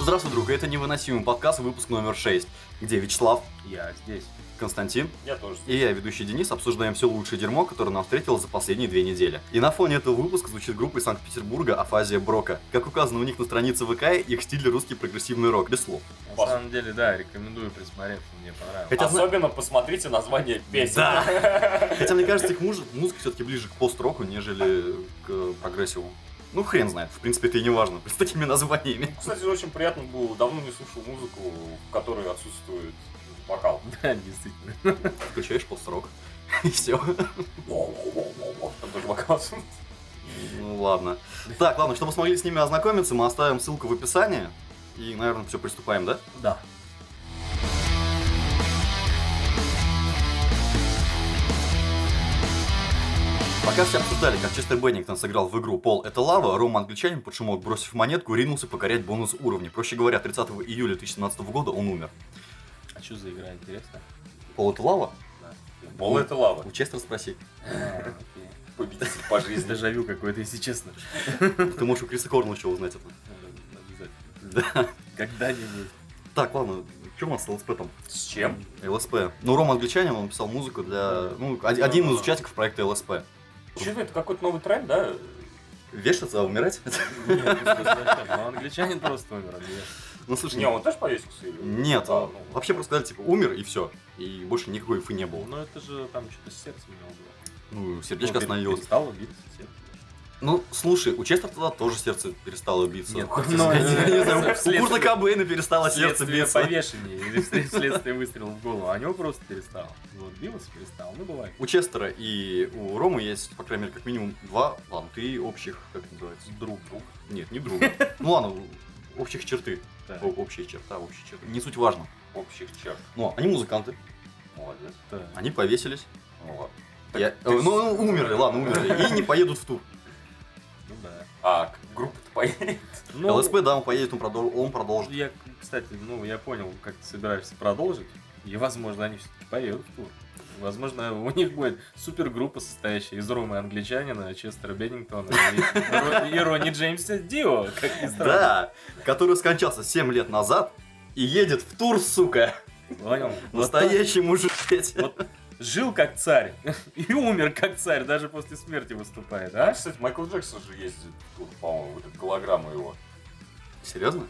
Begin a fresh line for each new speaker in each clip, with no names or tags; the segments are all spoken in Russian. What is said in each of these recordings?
Здравствуй, друг, это невыносимый подкаст, выпуск номер 6, где Вячеслав,
Я здесь.
Константин
Я тоже
и
здесь.
я, ведущий Денис, обсуждаем все лучшее дерьмо, которое нам встретилось за последние две недели. И на фоне этого выпуска звучит группа из Санкт-Петербурга Афазия Брока. Как указано у них на странице ВК, их стиль русский прогрессивный рок, без слов.
На
Пас.
самом деле, да, рекомендую присмотреться, мне понравилось.
Хотя, зна-
Особенно посмотрите название песен.
хотя мне кажется, их муж- музыка все-таки ближе к пост-року, нежели к э, прогрессиву. Ну, хрен знает, в принципе, это и не важно, с такими названиями.
Кстати, очень приятно было. Давно не слушал музыку, в которой отсутствует вокал.
Да, действительно.
Включаешь пост-рок, и все.
Там тоже вокал отсутствует.
Ну ладно. Так, ладно, чтобы смогли с ними ознакомиться, мы оставим ссылку в описании. И, наверное, все, приступаем, да?
Да.
Пока все обсуждали, как Честер Беннингтон сыграл в игру «Пол – это лава», Рома англичанин, под шумок бросив монетку, ринулся покорять бонус уровня. Проще говоря, 30 июля 2017 года он умер.
А что за игра, интересно?
«Пол – это лава»?
Пол это лава.
У Честера спроси.
А,
Победитель по жизни.
Дежавю какое-то, если честно.
Ты можешь у Криса Корнелла еще узнать это.
Обязательно.
Да.
Когда-нибудь.
Так, ладно, что у нас с ЛСП там?
С чем?
ЛСП. Ну, Рома англичанин, он писал музыку для... Ну, од- один из участников проекта ЛСП. ну,
Честно, это какой-то новый тренд, да?
Вешаться, а умирать?
Нет, ну, зачем? Ну, англичанин просто умер. а не-
Ну, слушай,
Не, он тоже повесился? или-
Нет,
А,
а,
ну,
вообще просто сказали, типа, умер и все. И больше никакой инфы не было.
Ну, это же там что-то с сердцем у него было.
Ну, сердечко
Ну, пере-
остановилось.
Перестало биться сердце.
Ну, слушай, у Честера тогда тоже сердце перестало биться.
Нет,
Хоть
ну,
и- я не знаю,
вследствие-
У Курта Кобейна перестало сердце
Вследствие
биться.
повешения или вслед- вследствие выстрела в голову, а у него просто перестало. Вот, билось, перестало. Ну, бывает.
У Честера и у Ромы есть, по крайней мере, как минимум два, ладно, три общих, как это называется?
Друг друг.
Нет, не друг. Ну ладно, общих черты.
Да.
О, Общая черта, общая черта. Не суть важно.
Общих черт.
Но они музыканты,
Молодец.
Да.
они повесились.
Ну ладно.
Я-
ты
Ну,
с-
ну, умерли, ладно, умерли. И не поедут в тур.
Ну, да.
А, группа-то поедет.
Ну,
ЛСП, да, он поедет, он продол- он продолжит.
Я, кстати, ну, я понял, как ты собираешься продолжить. И, возможно, они все-таки поедут в тур. Возможно, у них будет супергруппа, состоящая из Ромы Англичанина, Честера Беннингтона и, и Ронни Джеймса Дио, как ни странно.
Да, который скончался 7 лет назад и едет в тур, сука.
Понял? Вот так.
Настоящий мужик. блядь.
Вот жил как царь и умер как царь, даже после смерти выступает,
А,
а?
кстати, Майкл Джексон же ездит тут, по-моему, вот эта голограмма его.
Серьезно?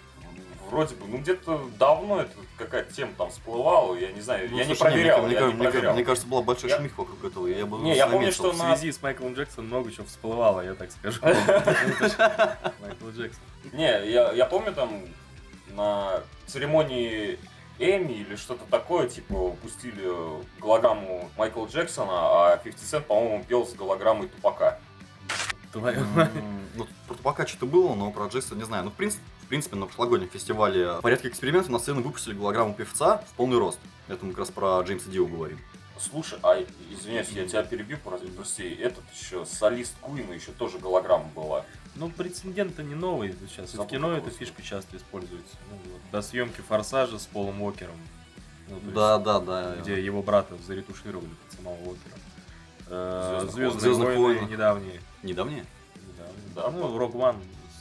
Вроде бы, ну где-то давно это какая-то тема там всплывала, я не
Ну,
знаю, я не
Ну, слушай,
проверял,
мне,
я
кажется,
не
мне кажется-
проверял.
мне кажется, была большая
Я-
шумиха вокруг этого. Я бы
Не, я помню,
заметил.
что
В
на-
связи с Майклом Джексоном много чего всплывало, я так скажу. Майкл Джексон.
Не, я, я помню там на церемонии Эми или что-то такое, типа, пустили э, голограмму Майкла Джексона, а 50 Cent, по-моему, пел с голограммой Тупака.
Твою мать.
М, Ну, про Тупака что-то было, но про Джекса не знаю. Ну, в принципе, в принципе, на прошлогоднем фестивале в порядке экспериментов на сцену выпустили голограмму певца в полный рост. Это мы как раз про Джеймса Дио говорим.
Слушай, а извиняюсь, я тебя перебью, просто, прости, этот еще солист Куина еще тоже голограмма была.
Ну, прецедент-то не новый сейчас.
Забыл,
в кино
как
эта
его зовут.
фишка часто используется. Ну, вот, до съемки «Форсажа» с Полом Уокером. Ну, то есть,
Да, да, да.
Где его брата заретушировали под самого Уокера. Э,
«Звездных
«Звездные,
«Звездных
войны»
войнах».
недавние.
Недавнее?
Недавние.
Да,
ну,
по-
«Рок Ван»,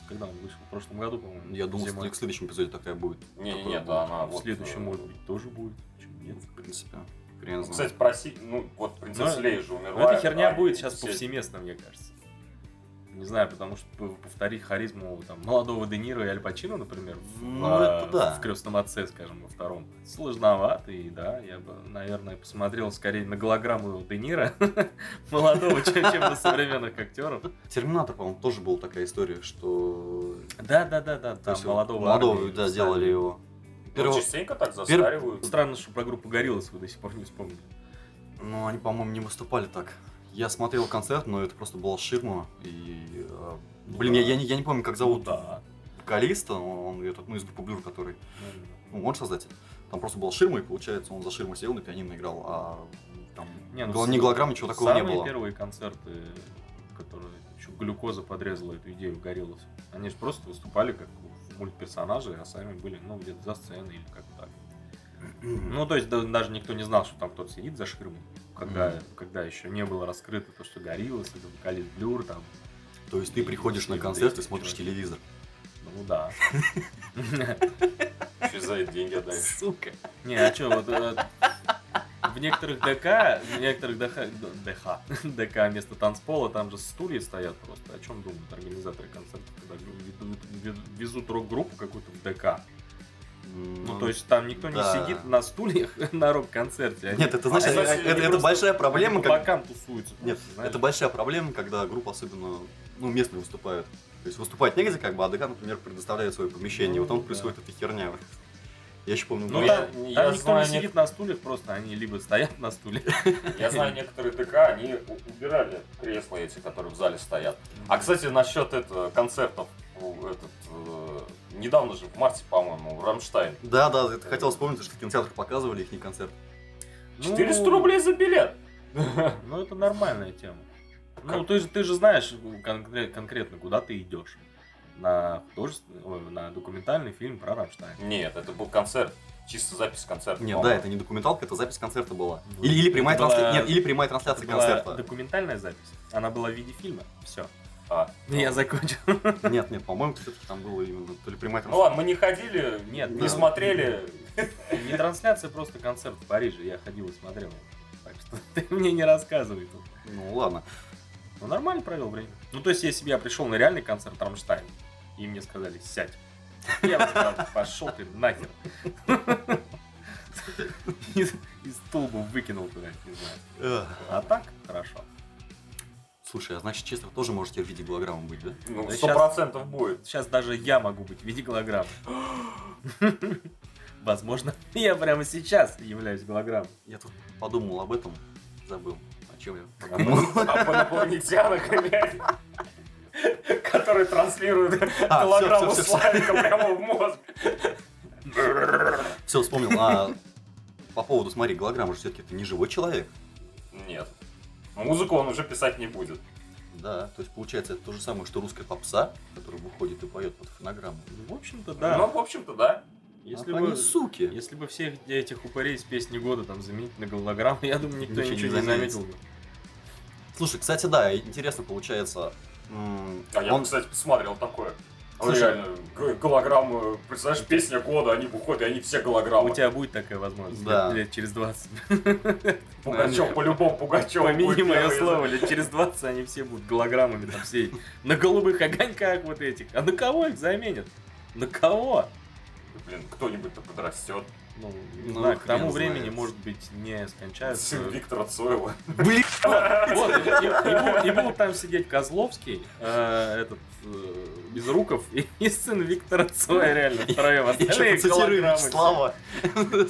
когда он вышел, в прошлом году, по-моему.
Я думал,
зимой.
что а в следующем эпизоде такая будет.
Не-не-не,
Такое
да,
будет.
она
в
вот...
следующем,
э,
может быть, тоже будет. Чё, Нет.
В принципе, хрен знает.
Кстати, проси, ну вот принцесса
Ну,
Лея же умерла.
Но эта херня
а
будет
и
сейчас
все-
повсеместно, мне кажется. Не знаю, потому что п- повторить харизму там, молодого Де Ниро и Аль Пачино, например, в,
Ну,
а,
это да.
в крестном отце, скажем, во втором. Сложновато, и да, я бы, наверное, посмотрел скорее на голограмму Де Ниро, молодого, чем, чем на современных актеров.
Терминатор, по-моему, тоже была такая история, что
Да, да, да, да,
То
там
есть вот
молодого.
молодого
Арни
да,
вставили.
сделали его.
Ну,
Перво-
частенько так застаривают.
Странно, что про группу Гориллас вы до сих пор не вспомнили.
Ну, они, по-моему, не выступали так. Я смотрел концерт, но это просто было ширма. И, э,
Ну
блин,
да.
я, я не, я не помню, как
Ну
зовут
Да.
вокалиста, он, он этот, ну, из группы Blur, который,
Ну,
ну, он создатель. Там просто была ширма, и получается, он за ширму сел на пианино играл, а там не,
ну,
ни
с-
голограмм, ничего такого не
самые
было.
первые концерты, которые еще глюкоза подрезала эту идею горелась. Они же просто выступали как мультперсонажи, а сами были, ну, где-то за сценой или как так. Ну, то есть да- даже никто не знал, что там кто-то сидит за ширмой, когда,
Мгм.
когда еще не было раскрыто то, что горилась, это вокалист Блюр там.
То есть ты приходишь на концерт и смотришь телевизор.
Ну да.
Еще за это деньги отдаешь.
Сука.
Не, а что, вот э, в некоторых ДК, в некоторых ДХ, ДХ, ДК вместо танцпола, там же стулья стоят просто. О чем думают организаторы концерта, когда ведут- ведут- везут рок-группу какую-то в ДК? Ну, то есть там никто не
да.
сидит на стульях на рок-концерте. они
Нет, это знаешь,
А
это,
это
это- это
просто-
большая проблема,
по
как-
бокам тусуются.
Нет,
просто, знаешь.
это большая проблема, когда группа особенно, ну, местные выступают. То есть выступать негде, как бы, а ДК, например, предоставляет свое помещение.
Ну,
вот там
да.
происходит эта херня. Я еще помню,
Ну,
был-
я-
там,
я
там никто
знаю
не
нек-
сидит на стульях, просто они либо стоят на стуле.
Я знаю, некоторые ДК, они у- убирали кресла эти, которые в зале стоят. А, кстати, насчет этого, концертов. у- Этот, э, недавно же, в марте, по-моему, Рамштайн.
Да, да, это хотел вспомнить, что в кинотеатрах показывали их не концерт.
Ну,
400 рублей за билет!
Ну, это нормальная тема. Ну,
Как?
ты же, ты же знаешь конкре- конкретно, куда ты идешь. На, художественный- ой, на документальный фильм про Рамштайн.
Нет, это был концерт. Чисто запись концерта.
Нет,
по-моему.
да, это не документалка, это запись концерта была.
Ну,
Или, или прямая
это была-
трансля- Нет, или прямая
Это
трансляция
была
концерта.
документальная запись. Она была в виде фильма. Все.
А,
Я закончил.
Нет, нет, по-моему, все-таки там было именно то ли прямая
Ну
трансляция.
ладно, мы не ходили,
Нет,
не
да.
смотрели.
Не трансляция, просто концерт в Париже. Я ходил и смотрел. Так что ты мне не рассказывай тут.
Ну ладно.
Ну, нормально провел время. Ну, то есть, если бы я пришел на реальный концерт Рамштайн, и мне сказали, сядь. Я бы сказал, пошел ты нахер. И и стул бы выкинул туда, не знаю.
Эх.
А так, хорошо.
Слушай, а значит, честно, тоже можете в виде голограммы быть, да?
Ну,
Да
сто
щас-
процентов будет.
Сейчас даже я могу быть в виде голограммы. Возможно, я прямо сейчас являюсь голограммой.
Я тут подумал об этом, забыл. О чем я?
Об об инопланетянах, типа, а блядь. Которые транслируют
А,
килограмму
всё, всё, всё, всё.
Славика прямо в мозг.
Все, вспомнил. А по поводу, смотри, голограмма же все-таки ты не живой человек.
Нет. Ну, Музыку он уже писать не будет.
Да, то есть получается это то же самое, что русская попса, которая выходит и поет под фонограмму.
Ну, в общем-то,
Ну,
да.
в общем-то, да.
Если
А они
бы...
суки.
Если бы всех этих упырей с песни года там заменить на голограмму, я думаю, никто
Ничего не
ничего не
заметится.
заметил бы.
Слушай, кстати, да, интересно получается. м,
А я,
он-
кстати, посмотрел такое.
Слушай.
Реально, г- голограммы, представляешь, песня года, они выходят, и они все голограммы.
У тебя будет такая возможность
Да.
лет, лет через 20.
Пугачев, по-любому Пугачев.
Помяни мое слово, лет через 20 они все будут голограммами там все на голубых огоньках вот этих. А на кого их заменят? На кого?
Блин, кто-нибудь-то подрастет.
Ну, не
Ну,
знаю, к
хрен
тому времени,
знает.
может быть, не скончаются.
Сын Виктора Цоева.
Блин,
Вот, и, и- и будут- и будут там сидеть Козловский, э, этот, э, Безруков и, и сын Виктора Цоя, реально, втроем.
я еще
Остальные
процитирую
голограммы все.
Вячеслава,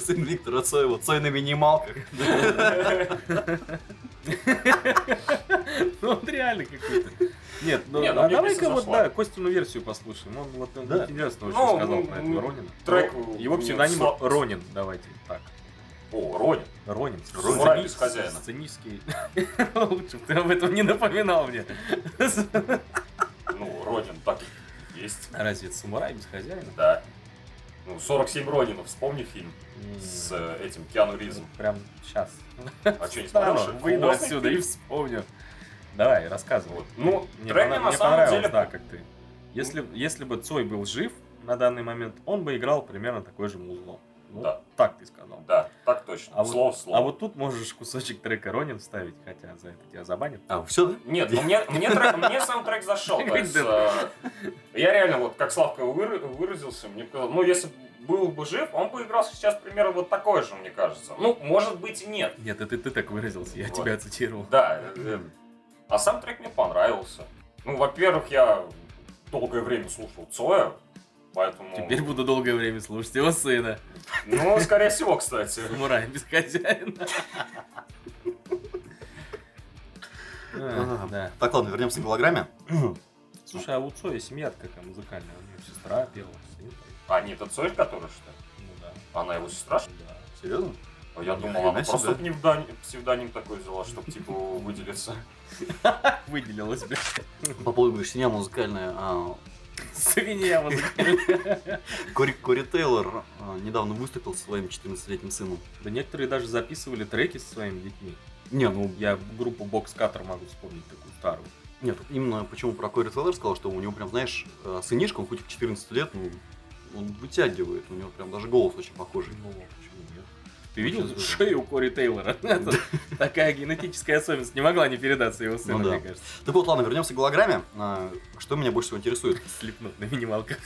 сын Виктора Цоева, Цой на минималках.
Ну, он реально какой-то. Нет, ну,
Не, ну,
а
мне
давай-ка
песня
вот,
зашла.
да, Костину версию послушаем. Он вот он
Да.
интересно очень
Ну,
сказал
ну,
про этого
ну,
Ронина.
трек
Ну,
у
Его
меня
псевдоним
слаб-
Ронин, давайте так.
О, Ронин.
Ронин.
Ронин.
Сцени-
без хозяина.
Сценический. Лучше бы ты об этом не напоминал мне.
Ну, Ронин так и есть.
Разве это самурай без хозяина?
Да. Ну, 47 Ронинов, вспомни фильм
М,
с э, этим Киану Ризом.
Прям сейчас.
А что, не
Встану,
смотрел?
выйду
Классный
отсюда и
фильм.
вспомню. Давай, рассказывай.
Вот. Ну,
Мне,
трек
понрав-
мне на
мне
самом
понравилось,
деле...
да, как ты. Если, если бы Цой был жив на данный момент, он бы играл примерно такой же музло. Ну,
Да.
Так ты сказал.
Да, так точно.
А вот-
слово в слово.
А вот тут можешь кусочек трека Ронин вставить, хотя за это тебя забанят.
А, все?
Нет, ну мне, мне, трек- мне сам трек зашел. то есть, э, я реально, вот как Славка выра- выразился, мне казалось, ну если б был бы жив, он бы играл сейчас примерно вот такое же, мне кажется. Ну, может быть и нет.
Нет, это ты так выразился, я
Вот.
тебя цитировал.
Да. э, А сам трек мне понравился. Ну, во-первых, я долгое время слушал Цоя, поэтому...
Теперь буду долгое время слушать его сына.
Ну, скорее всего, кстати.
Самурай без хозяина. А,
Ага.
Да.
Так, ладно, вернемся к голограмме.
Слушай, а у Цоя семья какая музыкальная? У него сестра пела, сын.
А, нет, это Цой, который что ли?
Ну да.
Она его сестра? что ли?
Да.
Серьезно?
А Я
Ни
думал, она
хрена
просто
себе.
пневдони- псевдоним такой взяла, чтобы типа выделиться.
Выделилась, блядь.
По поводу говоришь, семья музыкальная, а,
Свинья музыкальная.
Кори, Кори Тейлор а, недавно выступил со своим 14-летним сыном.
Да некоторые даже записывали треки со своими детьми.
Не, ну,
Я группу Бокс Катер могу вспомнить такую старую.
нет, именно почему про Кори Теллер сказал, что у него прям, знаешь, э, сынишка, он хоть и в 14 лет, ну, он вытягивает, у него прям даже голос очень похожий.
Ну, почему нет? Ты видел
Очень
шею у Кори Тейлора? Это Такая генетическая особенность не могла не передаться его сыну,
Ну да.
мне кажется.
Так вот, ладно, вернемся к голограмме. А, Что меня больше всего интересует?
Слепнут на минималках.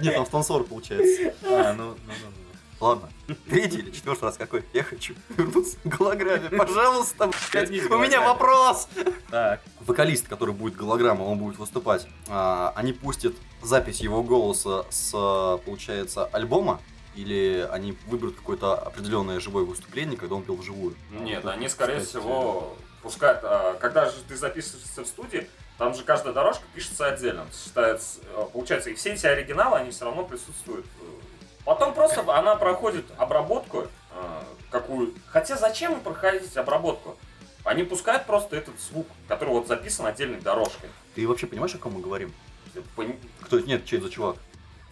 Нет, там спонсор получается.
А, ну, ну, ну, ну.
Ладно. Третий или четвертый раз какой? Я хочу вернуться к голограмме. Пожалуйста, блядь,
Вернись к
у меня
голограмме.
вопрос.
Так,
Вокалист, который будет голограмма, он будет выступать. а, Они пустят запись его голоса с, получается, альбома? Или они выберут какое-то определенное живое выступление, когда он пел вживую?
Нет,
Ну,
они, скорее
кстати,
всего, пускают... а, когда же ты записываешься в студии, там же каждая дорожка пишется отдельно. Считается, а, получается, и все эти оригиналы, они все равно присутствуют. Потом просто она проходит обработку а, какую... Хотя зачем им проходить обработку? Они пускают просто этот звук, который вот записан отдельной дорожкой.
Ты вообще понимаешь, о ком мы говорим?
Ты пони-
Кто это? Нет, чей это за чувак?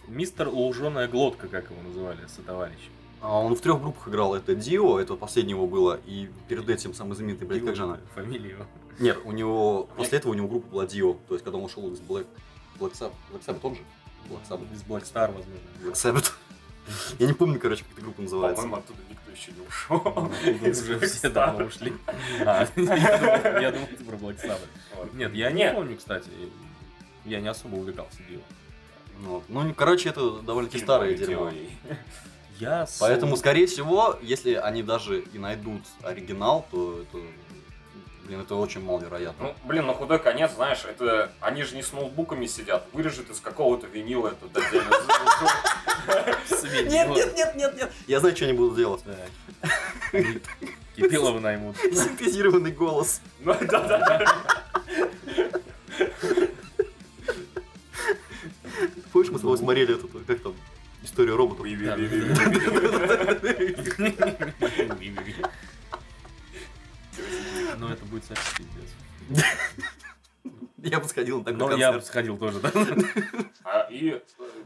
мистер Луженая глотка, как его называли, сотоварищи.
А Он в трех группах играл. Это Дио, это последнего было, и перед этим самый знаменитый, блядь, как же она?
Фамилию.
Нет, у него... После этого у него группа была Дио. То есть, когда он ушел из Black... Black Sabbath. Black Sabbath он же? Black Sabbath.
Из Black Star,
Black
возможно.
Sabbath. Я не помню, короче, как эта группа называется.
По-моему, оттуда никто еще не ушел. Из
Ну, Уже все давно
Black Star.
ушли. А, Я думал, я думал, ты про Black Sabbath.
Вот.
Нет, я не
Нет.
помню, кстати. Я не особо увлекался делом.
Ну, вот. Ну, короче, это довольно-таки
Фильм
старое
полетел,
дерьмо.
и-
Я
Поэтому, скорее всего, если они даже и найдут оригинал, то это... Блин, это очень маловероятно.
Ну, блин, на худой конец, знаешь, это они же не с ноутбуками сидят, вырежет из какого-то винила этот отдельный звук.
Свиньи.
Нет, нет, нет, нет, нет. Я знаю, что они будут делать.
Так. Они Кипелова наймут.
Синтезированный голос.
Ну, да-да-да.
Помнишь, мы с
Ну.
тобой смотрели эту, как там, историю роботов?
Но это будет совсем пиздец.
Я бы сходил на такой
Ну,
Но я бы
концерт.
сходил тоже, да?
А, И э,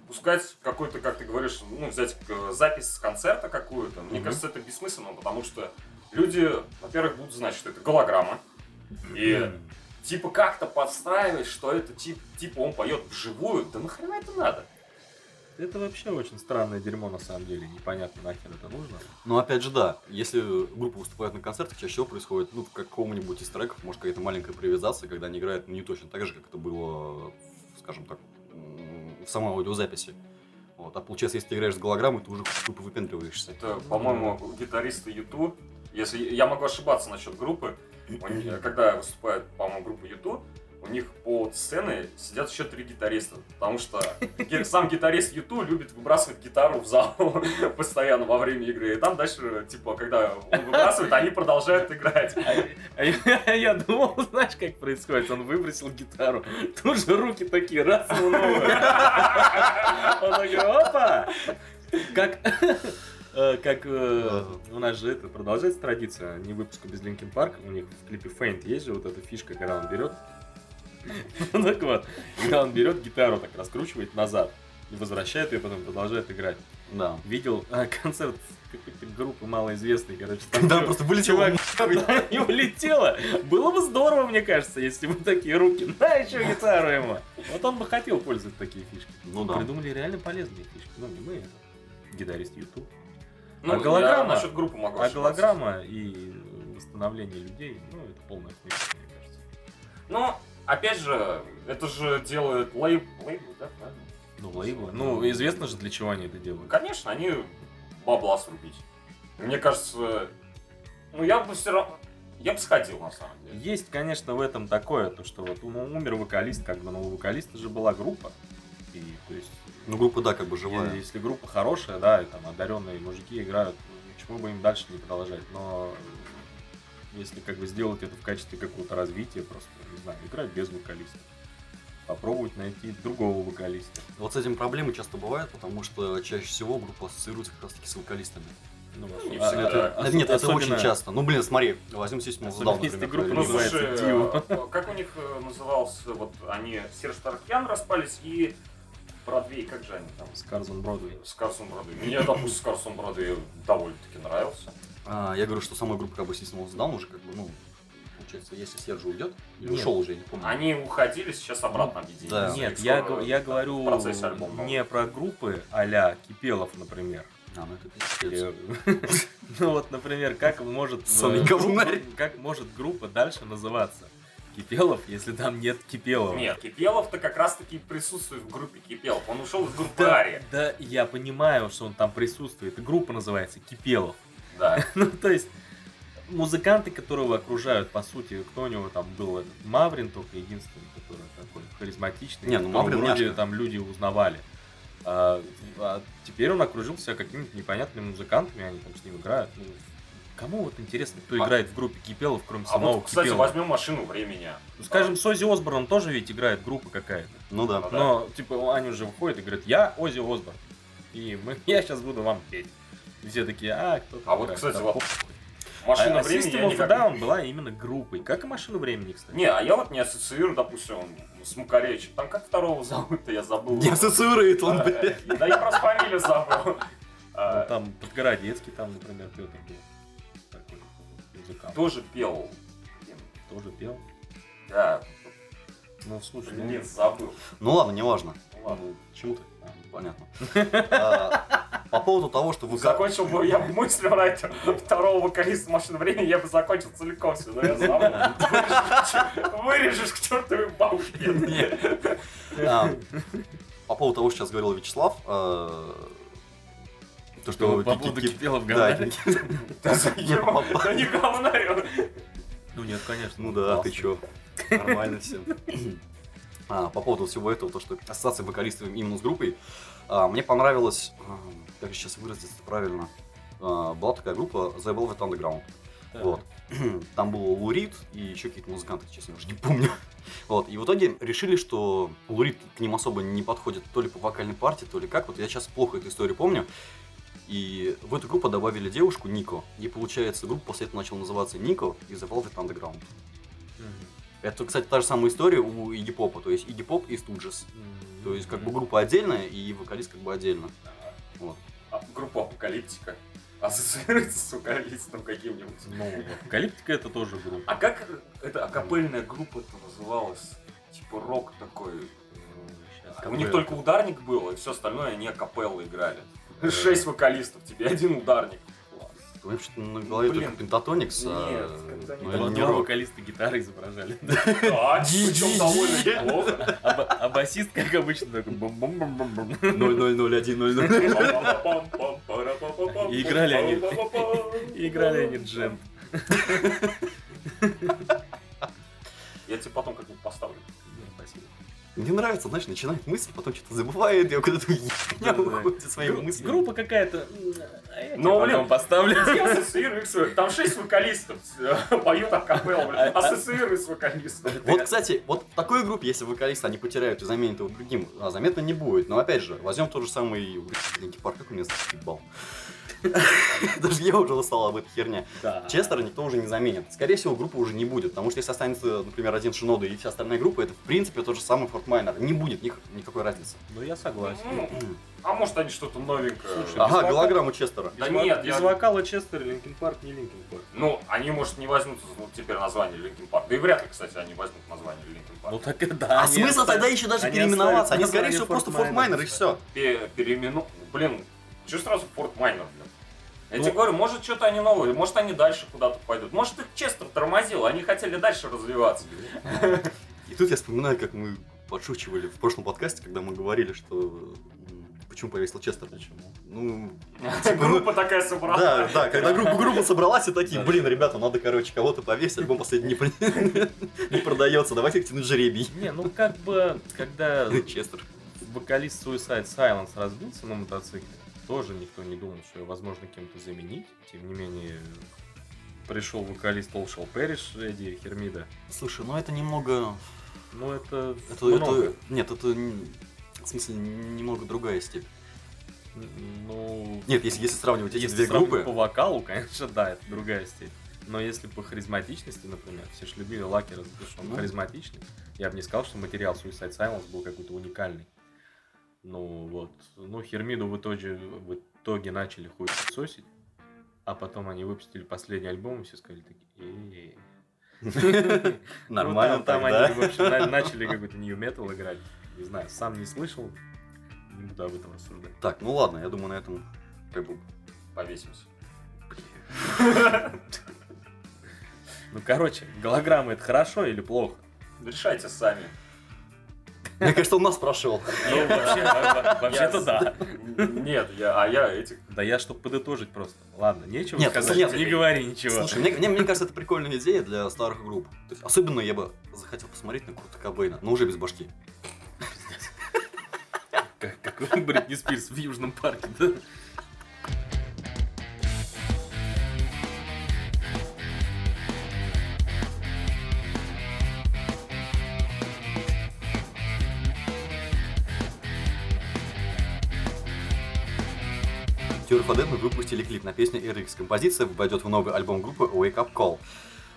пускать какой-то, как ты говоришь, ну, взять э, запись с концерта какую-то, мне
Мгм.
кажется, это бессмысленно, потому что люди, во-первых, будут знать, что это голограмма, и типа как-то подстраивать, что это тип, типа он поет вживую, да нахрена это надо?
Это вообще очень странное дерьмо на самом деле. Непонятно, нахер это нужно.
Но Ну, опять же, да, если группа выступает на концертах, чаще всего происходит, ну, в каком-нибудь из треков, может, какая-то маленькая импровизация, когда они играют ну, не точно так же, как это было, скажем так, м, в самой аудиозаписи. Вот. А получается, если ты играешь с голограммой, ты уже тупо выпендриваешься.
Это, по-моему, у гитариста Юту. Если я могу ошибаться насчет группы, у них- э, когда выступает, по-моему, группа Юту, у них под сценой сидят еще три гитариста, потому что ги- сам гитарист Юту любит выбрасывать гитару в зал постоянно во время игры. И там дальше, типа, когда он выбрасывает, они продолжают играть.
А я, я думал, знаешь, как происходит? Он выбросил гитару, тут же руки такие, раз, ну, новую. Он такой, опа! Как, э, как э, у нас же это продолжается традиция, не выпуска без Линкин Парк, у них в клипе Фейнт есть же вот эта фишка, когда он берет, ну так вот, когда он берет гитару, так раскручивает назад и возвращает ее, потом продолжает играть.
Да.
Видел э, концерт какой-то группы малоизвестной, короче, там
Да,
чувак-
просто вылетело.
Чувак, она не улетела. Было бы здорово, мне кажется, если бы такие руки. На еще гитару ему. Вот он бы хотел пользоваться такие фишки.
Ну да.
Придумали реально полезные фишки. Ну, не мы, это гитарист YouTube.
Ну,
А
я
голограмма?
насчет группы могу
А
ошибаться.
голограмма и восстановление людей, ну, это полная хуйня, мне кажется.
Ну, опять же, это же делает лейб... лейбл, да, правильно?
Ну, лейблы. Ну, известно же, для чего они это делают.
Конечно, они бабла срубить. Мне кажется, ну я бы все равно... Я бы сходил, на самом деле.
Есть, конечно, в этом такое, то, что вот ну, умер вокалист, как бы, но у вокалиста же была группа. И, то есть,
Ну, группа, да, как бы
Е-
живая.
Если группа хорошая, да, и там одаренные мужики играют, ну, почему бы им дальше не продолжать? Но если как бы сделать это в качестве какого-то развития, просто, не знаю, играть без вокалиста. Попробовать найти другого вокалиста.
Вот с этим проблемы часто бывают, потому что чаще всего группа ассоциируется как раз-таки с вокалистами.
не
а-
всегда.
это-
Да Нет, это
особенно-
очень часто. Ну, блин, смотри, возьмем систему задал,
Особенно если
например.
группа
Ну,
какую-нибудь.
называется
слушай,
Дио.
э, как у них э, назывался, вот они, Серж Таркьян распались, и Бродвей, как же они там?
с Карзон Бродвей.
Скарсон Бродвей. Мне, допустим, Скарсон Бродвей довольно-таки нравился.
А, я говорю, что сама группа как бы System of a Down уже как бы, ну, получается, если Серж уйдет, или
Нет.
ушел уже, я не помню.
Они уходили, сейчас обратно объединились.
Да.
Нет,
И
я,
скоро
г- я говорю
В процессе альбома.
не про группы а-ля Кипелов, например.
А, ну это
Или-
пиздец.
Ну вот, например, как может,
Сонный
э,
говнарь.
как может группа дальше называться? Кипелов, если там нет Кипелова.
Нет, Кипелов-то как раз-таки присутствует в группе Кипелов. Он ушел из группы
Да,
Ария.
да, я понимаю, что он там присутствует. И Группа называется Кипелов.
Да.
Ну, то есть, музыканты, которого окружают, по сути, кто у него там был? Этот Маврин только единственный, который такой харизматичный.
Не, ну,
которого
Маврин
вроде
няшка.
там люди узнавали. А, а теперь он окружил себя какими-то непонятными музыкантами, они там с ним играют. Ну, кому вот интересно, кто
А-
играет в группе Кипелов, кроме
А
самого
вот, кстати,
Кипелова?
возьмем машину времени.
Ну, Скажем, с Ози Осборном тоже ведь играет группа какая-то.
Ну да.
Да.
Но, типа, они уже выходят и говорят, я Ози Осборн, и мы, я сейчас буду вам петь. И все такие, а, кто
А вот,
играет?
кстати,
Да
вот
похуй».
машина
а,
времени
System
я
of a
никак...
Down была именно группой, как и машина времени, кстати.
Не, а я вот не ассоциирую, допустим, с Макаревичем. Там как второго зовут-то, я забыл.
Не ассоциирует он,
А,
блядь.
Да я просто фамилию забыл.
Ну,
А,
там Подгородецкий, там, например, Петр был. Такой музыкант.
Тоже пел. Блин,
Тоже пел.
Да,
Ну, слушай, ну,
блин, забыл.
Ну ладно, неважно.
Ну ладно.
ну, чему ты? А,
Понятно. А, По поводу того, что вы...
Закончил бы я мысль про этого второго вокалиста машины времени, я бы закончил целиком все, но я забыл. Вырежешь к чертовой бабушке.
А, По поводу того, что сейчас говорил Вячеслав, а, то,
Что
что...
по поводу
ки- ки-
кипела в
Да,
Ганаре?
Да заебал, да не говнарь он.
Ну нет, конечно.
Ну да,
классно.
ты чё? Нормально все. А, по поводу всего этого, то, что ассоциация вокалистов именно с группой, а, мне понравилось, ам, как сейчас выразиться правильно, А, была такая группа The Velvet Underground.
Да.
Вот. Там был Лурид и еще какие-то музыканты, честно, я уже не помню. Вот. И в итоге решили, что Лурид к ним особо не подходит то ли по вокальной партии, то ли как. Вот я сейчас плохо эту историю помню. И в эту группу добавили девушку Нико. И получается, группа после этого начала называться Нико и The Velvet Underground.
Мгм.
Это, кстати, та же самая история у Игги Попа, то есть Игги Поп и Студжес.
Мгм.
То есть как бы группа отдельная и вокалист как бы отдельно.
А Группа Апокалиптика ассоциируется с вокалистом каким-нибудь.
Ну, Апокалиптика это тоже группа.
А как эта акапельная группа-то называлась? Типа рок такой. У них только ударник был, и все остальное они акапеллы играли.
Э.
Шесть вокалистов, тебе один ударник.
У меня почему-то на голове
Блин.
только пентатоникс.
Нет, как-то
ну,
не
это
Два
не рок.
вокалиста гитары изображали.
Да,
Ди-ди-ди.
причем довольно неплохо.
А, ба- а басист, как обычно, такой бум-бум-бум-бум-бум.
000100.
И играли они- И играли они джем.
Я тебе потом как-нибудь поставлю.
Спасибо.
Мне нравится, знаешь, начинает мысль, потом что-то забывает, я куда-то
Да, да, да.
уходит со своей
Гру-
мыслью.
Группа какая-то. а я тебе
Ну,
потом
блин.
поставлю.
Я ассоциирую их с- Там шесть вокалистов э, поют акапеллу.
А,
блин. Ассоциирую с вокалистом.
Вот, кстати, вот в такой группе, если вокалиста они потеряют и заменят его другим, а, заметно не будет. Но опять же, возьмем тот же самый блин, Гепард, как у меня заебал. Даже я уже устал об этой херне.
Да.
Честера никто уже не заменит. Скорее всего, группы уже не будет, потому что если останется, например, один Шинода и вся остальная группа, это, в принципе, тот же самый Фортмайнер. Не будет них- никакой разницы.
Ну я согласен.
Ну, А может они что-то новенькое.
Слушай,
Ага,
вокала?
голограмму Честера.
Да
Без во-
нет,
без
я-
вокала Честер Линкин Парк не Линкин Парк.
Ну, они, может, не возьмут ну, теперь название Линкин Парк. Да и вряд ли, кстати, они возьмут название Линкин Парк.
Ну так и да.
а
они
смысл
оставят-
тогда еще даже
они
переименоваться?
оставят
Они, скорее
название
всего, просто
Форт Майнер.
Фортмайнер и все.
Пе- переимену... Блин, что сразу Форт Майнер, блин? Я
Ну-
тебе говорю, может, что-то они новые, может, они дальше куда-то пойдут. Может, их Честер тормозил, они хотели дальше развиваться.
Типа,
И тут я вспоминаю, как мы подшучивали в прошлом подкасте, когда мы говорили, что м, почему повесил Честер.
Почему?
Ну,
Группа такая собралась.
да, да, когда группа, группа собралась и такие,
Да.
блин, ребята, надо, короче, кого-то повесить, альбом последний не при- не продается, давайте тянуть жеребий.
Не, ну как бы, когда
Честер.
вокалист Suicide Silence разбился на мотоцикле, тоже никто не думал, что его возможно кем-то заменить. Тем не менее, пришел вокалист All Shall Perish Эдди Хермида.
Слушай, ну это немного
Ну это,
Это,
много.
это- нет, это н- в смысле немного другая степь.
Н- Ну,
Нет, если, если сравнивать эти
если
две
сравнивать
группы,
по вокалу, конечно, да, это другая степь. Но если по харизматичности, например, все ж любили Лакера за то, что он
Ну.
харизматичный, я бы не сказал, что материал Suicide Silence был какой-то уникальный. Ну вот. Ну, Хермиду в итоге, в итоге начали хуй сосить. А потом они выпустили последний альбом, и все сказали такие, «Э,
Нормально
ну, там, там
тогда.
они, в общем, на- начали какой-то нью метал играть. Не знаю, сам не слышал. Не буду об этом рассуждать.
Так, ну ладно, я думаю, на этом как бы...
Повесимся.
Ну, короче, голограмма это хорошо или плохо?
Решайте сами.
Мне кажется, он нас спрашивал.
Ну, вообще- во- во- вообще-то
Я-
да.
Нет, я, а я этих...
Да я, чтобы подытожить просто. Ладно, нечего
Нет,
сказать.
нет.
не говори ничего.
Слушай, мне, мне- мне кажется, это прикольная идея для старых групп. То есть, особенно я бы захотел посмотреть на Курта Кобейна, но уже без башки.
Как, как Бритни Спирс в Южном парке, да?
Tear for Dead мы выпустили клип на песню RX. Композиция войдет в новый альбом группы Wake Up Call.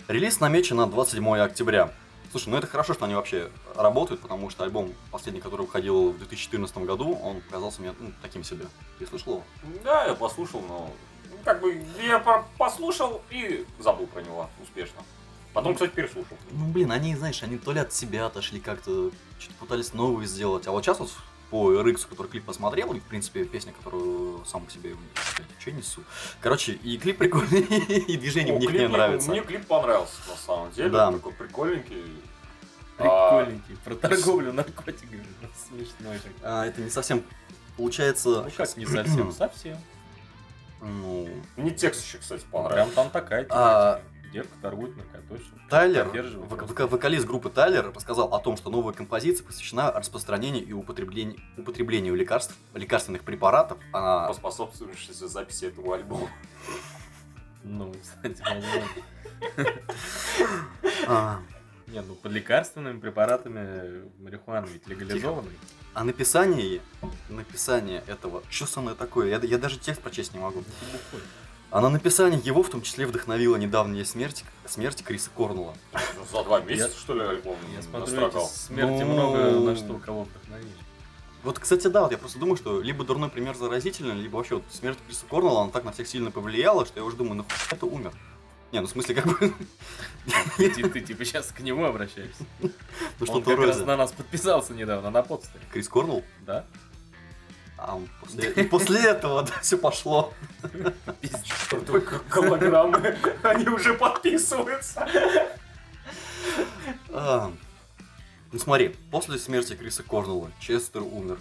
Релиз намечен на 27 октября. Слушай, ну это хорошо, что они вообще работают, потому что альбом, последний, который выходил в 2014 году, он показался мне ну, таким себе. Ты слышал его?
Да, я послушал, но... ну, Как бы я по- послушал и забыл про него успешно. Потом, кстати, переслушал.
Ну, блин, они, знаешь, они то ли от себя отошли как-то, что-то пытались новые сделать. А вот сейчас вот по RX, который клип посмотрел, и, в принципе, песня, которую сам по себе что несу. Короче, и клип прикольный, и движение
О,
в них
клип
мне нравится.
Мне клип понравился, на самом деле.
Да.
Он Такой прикольненький. А,
Прикольненький. Про торговлю наркотиками. Ну, Смешной такой.
А, это не совсем получается...
Ну как, не совсем, совсем. Ну,
Ну,
Мне текст еще, кстати, понравился.
Прям там такая
А.
тематика. Девка торгует наркотиками.
Тайлер,
Поддерживаю.
вок- вок- вокалист группы Тайлер, рассказал о том, что новая композиция посвящена распространению и употреблению, употреблению лекарств, лекарственных препаратов. а,
Поспособствующий записи этого альбома.
Ну, кстати, возможно.
а,
Не, ну под лекарственными препаратами марихуана ведь легализованный.
о написании, а написание этого, что самое такое, я, д- я даже текст прочесть не могу. А на написание его в том числе вдохновила недавняя смерть, смерть Криса Корнелла.
За два месяца, что ли, альбом
Я смотрю, эти
настрогал?
смерти
Ну.
много на что кого вдохновили.
Вот, кстати, да, вот я просто думаю, что либо дурной пример заразительный, либо вообще вот смерть Криса Корнелла, она так на всех сильно повлияла, что я уже думаю, ну хуй это умер. Не, ну в смысле, как бы,
Ты, ти- ты типа сейчас к нему обращаешься.
ну
Он
что-то
как раз
вроде.
на нас подписался недавно, на подстере.
Крис Корнелл?
Да?
А он после, и после этого, да, все пошло.
Пиздец.
Только голограммы, они уже подписываются.
А, Ну смотри, после смерти Криса Корнелла Честер умер.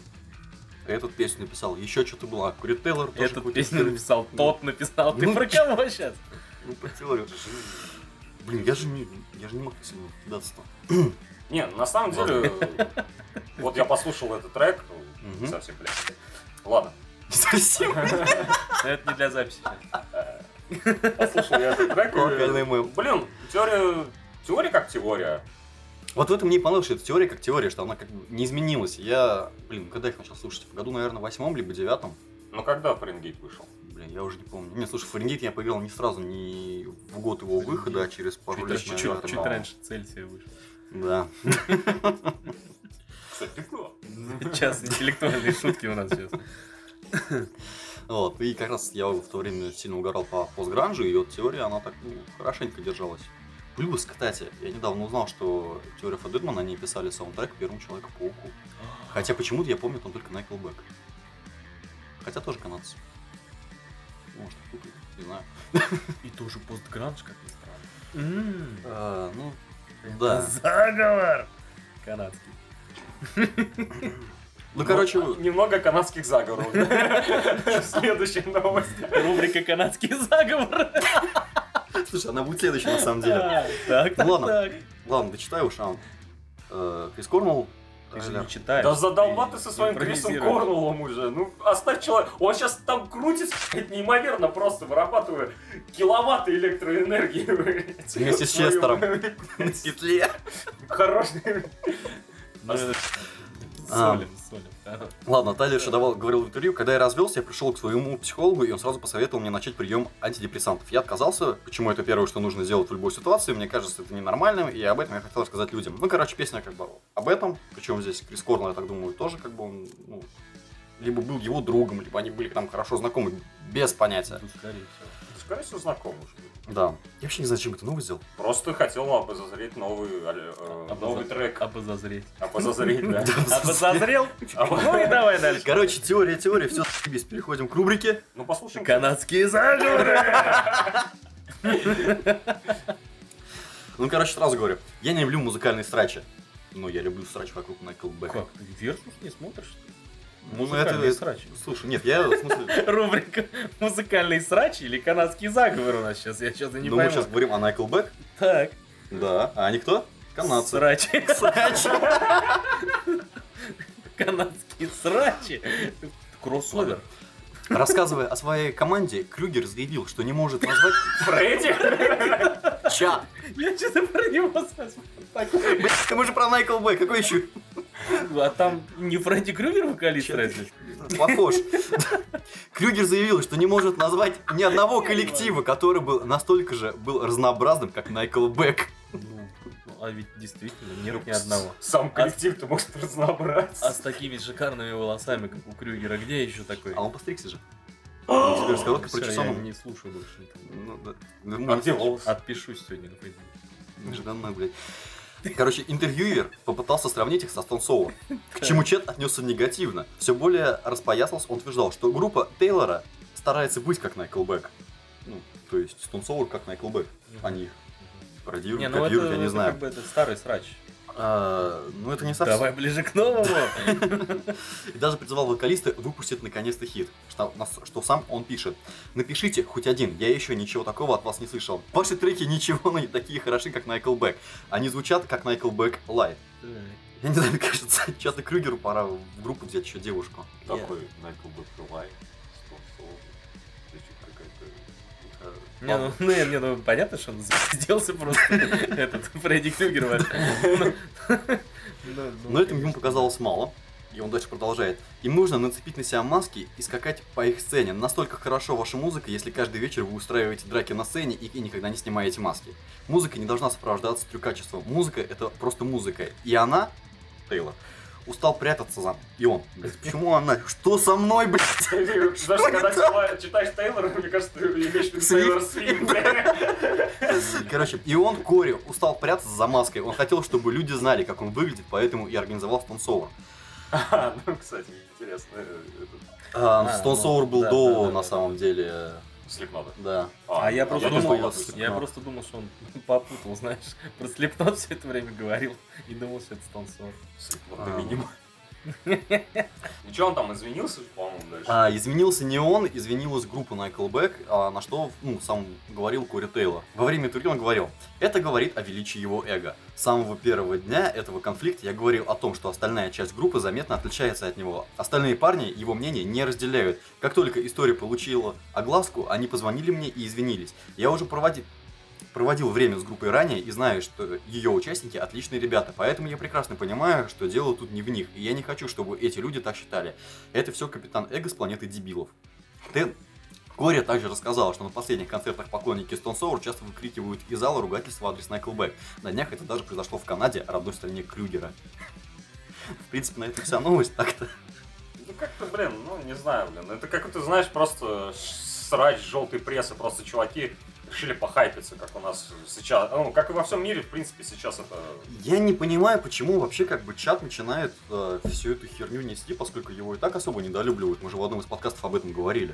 Этот песню написал. Еще что-то было. Курит Тейлор тоже
Эту
какую-то
песню
историю.
написал тот, написал. Ты
Ну,
про кого сейчас?
Ну, по теории. Блин, я же не, я же не мог сильно даться-то.
Не, на самом
Ладно.
деле, вот я послушал этот трек, ну,
Мгм.
совсем, блядь. Ладно,
Совсем.
Но это не для записи.
послушал я этот трек.
Локальный мем.
и- Блин, теория, теория как теория.
Вот в этом мне и понравилось, что эта теория как теория, что она как бы не изменилась. Я, блин, когда я их начал слушать? В году, наверное, восьмом, либо девятом.
Ну когда Фаренгейт вышел?
Блин, я уже не помню. Не, слушай, Фаренгейт я поиграл не сразу, не в год его
Фаренгейт.
выхода, а через пару
Чуть
лет.
раньше- чуть-
наверное.
Чуть раньше Цельсия вышла.
Да.
Кстати, ты кто?
Ну, Сейчас интеллектуальные шутки у нас сейчас.
Вот, и как раз я в то время сильно угорал по постгранжу, и вот теория, она так, ну, хорошенько держалась. Плюс, кстати, я недавно узнал, что теория Фадыдман, они писали саундтрек первому Человеку-пауку. Хотя почему-то я помню, там только Найкл Бэк. Хотя тоже канадцы. Может, путаю, не знаю.
И тоже постгранж, как ни странно.
А, ну, да.
Заговор! Канадский.
Ну, короче,
Немного канадских заговоров. Следующая новость.
Рубрика «Канадский заговор».
слушай, она будет следующей, на самом деле.
Так, так,
Ну ладно.
так.
Ладно, дочитаю уж, а, э, Крис Э, Корнелл,
Ты же
Тайлер.
не читаешь.
Да задолбал ты со своим Крисом
Импровизируй.
Корнеллом уже. Ну, оставь человека. Он сейчас там крутится, блядь, неимоверно просто вырабатывая киловатты электроэнергии. блядь.
Вместе с
В своём,
Честером.
блядь,
на петле.
Хороший.
Ну, это-
А.
Солим, солим. да.
Ладно, Тайлер еще давал, говорил в интервью, когда я развелся, я пришел к своему психологу, и он сразу посоветовал мне начать прием антидепрессантов. Я отказался, почему это первое, что нужно сделать в любой ситуации, мне кажется, это ненормальным, и об этом я хотел рассказать людям. Ну, короче, песня как бы об этом, причем здесь Крис Корнелл, я так думаю, тоже как бы он, ну, либо был его другом, либо они были там хорошо знакомы, без понятия.
Тут, скорее всего.
Ты, скорее всего, знаком уже.
Да. Я вообще не знаю, зачем это новость сделал.
Просто хотел обозазреть новый, аль- э, новый
Обоза-
трек.
Обозазреть.
Обозазреть, да.
Обозазрел? Ну и давай дальше.
Короче, теория, теория, все, заебись. Переходим к рубрике.
Ну, послушаем.
Канадские заговоры.
Ну, короче, сразу говорю, я не люблю музыкальные страчи. Но я люблю срач вокруг Майкл Бэка.
Как, ты Версус не смотришь? что ли?
Ну,
Музыкальные
это-
срачи.
Слушай, нет, я в смысле... ну,
Рубрика «Музыкальные срачи» или «Канадский заговор» у нас сейчас, я сейчас и не
Ну, мы
пойму.
сейчас говорим о Майкл Бэк.
Так,
Да. А они кто? Канадцы.
срачи,
Срач.
канадские срачи. Кроссовер.
Рассказывая о своей команде, Крюгер заявил, что не может назвать
Фредди?
чат.
Я что-то про него совсем такой.
Блядь, мы же про Майкл Бэк, какой еще?
А там не Фредди Крюгер вокалист разве?
Похож. Крюгер заявил, что не может назвать ни одного коллектива, который был настолько же был разнообразным, как Майкл Бэк.
Ну, а ведь действительно нет ни одного.
Сам коллектив ты может разнообразиться.
А с такими шикарными волосами, как у Крюгера, где еще такой?
А он постригся же. Он Теперь с короткой
Всё, я
причесом.
не слушаю больше. никого.
Ну да.
А где волосы?
Отпишусь сегодня на Фейсбуке.
Нежданно, блядь. Короче, интервьюер попытался сравнить их со Stone Sour, к чему Чет отнесся негативно. Все более распоясался, он утверждал, что группа Тейлора старается быть как Майкл Бэк. Ну, то есть Stone Sour как Майкл Бэк. Они их пародируют,
Не, ну
копируют,
это,
я не
это
знаю.
как бы это старый срач.
А, ну это не совсем.
Давай ближе к новому.
И даже призывал вокалиста выпустить наконец-то хит, что, нас- что сам он пишет. Напишите хоть один, я еще ничего такого от вас не слышал. Ваши треки ничего не такие хороши, как Майкл Бэк. Они звучат как Майкл Бэк Лайт. Я не знаю, мне кажется, часто Крюгеру пора в группу взять еще девушку.
Такой Майкл Бэткалай. Ты что,
Э,
какая-то...
Не, ну, ну, не, не, ну, понятно, что он сделался просто этот Фредди Крюгер. ваш. Ну, ну,
Но этим ему показалось мало. И он дальше продолжает. Им нужно нацепить на себя маски и скакать по их сцене. Настолько хорошо ваша музыка, если каждый вечер вы устраиваете драки на сцене и, и никогда не снимаете маски. Музыка не должна сопровождаться трюкачеством. Музыка это просто музыка. И она, Тейлор, устал прятаться за... И он, блядь, почему она? Что со мной, блядь?
Даже когда читаешь- читаешь Тейлора, мне кажется, ты имеешь в виду
Свифт.
Тейлор Свифт.
Короче, и он, Кори, устал прятаться за маской. Он хотел, чтобы люди знали, как он выглядит, поэтому и организовал станцовар.
А, ну, кстати, интересно. э, это
А,
А,
Stone
ну,
Sour был
да,
до,
да, да,
на
да.
самом деле, э,
Слепнота.
да.
А я просто
я
думал,
думал,
я,
это Slipknot.
просто думал, что он попутал, знаешь, про Слепнот все это время говорил и думал, что это Стонсор.
Слепнота
А.
минимум. Ну что, он там извинился, же, по-моему, дальше?
А, изменился не он, извинилась группа Майкл Бэк, а, на что ну, сам говорил Кори Тейлор. Во время интервью он говорил, это говорит о величии его эго. С самого первого дня этого конфликта я говорил о том, что остальная часть группы заметно отличается от него. Остальные парни его мнение не разделяют. Как только история получила огласку, они позвонили мне и извинились. Я уже проводи- проводил время с группой ранее и знаю, что ее участники отличные ребята, поэтому я прекрасно понимаю, что дело тут не в них, и я не хочу, чтобы эти люди так считали. Это все капитан Эго с планеты дебилов. Тен Кори также рассказала, что на последних концертах поклонники Stone Sour часто выкрикивают из зала ругательства в адрес Майкл Бэк. На днях это даже произошло в Канаде, родной стране Крюгера. В принципе, на этом вся новость так-то.
Ну как-то, блин, ну не знаю, блин. Это как ты знаешь, просто ш- срач желтой прессы, просто чуваки решили похайпиться, как у нас сейчас. Ну, как и во всем мире, в принципе, сейчас это...
Я не понимаю, почему вообще как бы чат начинает э, всю эту херню нести, поскольку его и так особо недолюбливают. Мы же в одном из подкастов об этом говорили.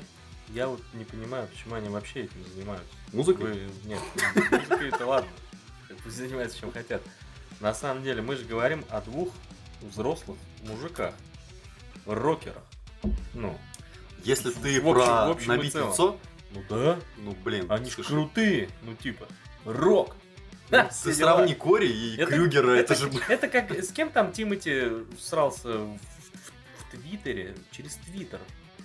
Я вот не понимаю, почему они вообще этим занимаются.
Музыкой?
Вы- Нет, музыкой это ладно. Пусть занимаются чем хотят. На самом деле, мы же говорим о двух взрослых мужиках. Рокерах. Ну,
Если ты
В общем-
про
в общем и
набить
целом.
лицо,
ну да,
ну блин,
они ж
слушай,
крутые, ну типа, рок.
ну, ты сравни Кори и Крюгера, это, же... блин,
Это как, с кем там Тимати срался в, в- в Твиттере, через Твиттер.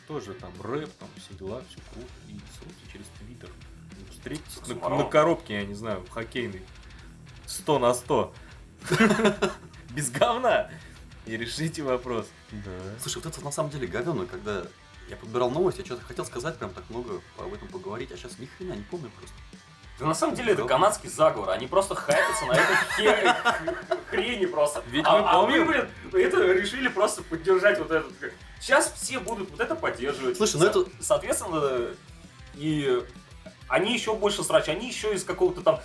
Тоже там рэп, там все дела, все круто, и срутся через Твиттер. Ну, Встретитесь на,
Комарова.
на коробке, я не знаю, в хоккейной. 100 на 100. Без говна. И решите вопрос. Да.
Слушай, вот это на самом деле говёно, когда я подбирал новость, я что-то хотел сказать, прям так много об этом поговорить, а сейчас ни хрена не помню просто.
Да на самом деле это канадский заговор, они просто хайпятся на этой хер- хрени просто.
Ведь
а,
мы
а
помним-
блин, это решили просто поддержать вот этот... Сейчас все будут вот это поддерживать.
Слушай, ну это-
Соответственно, и они еще больше срач, они еще из какого-то там...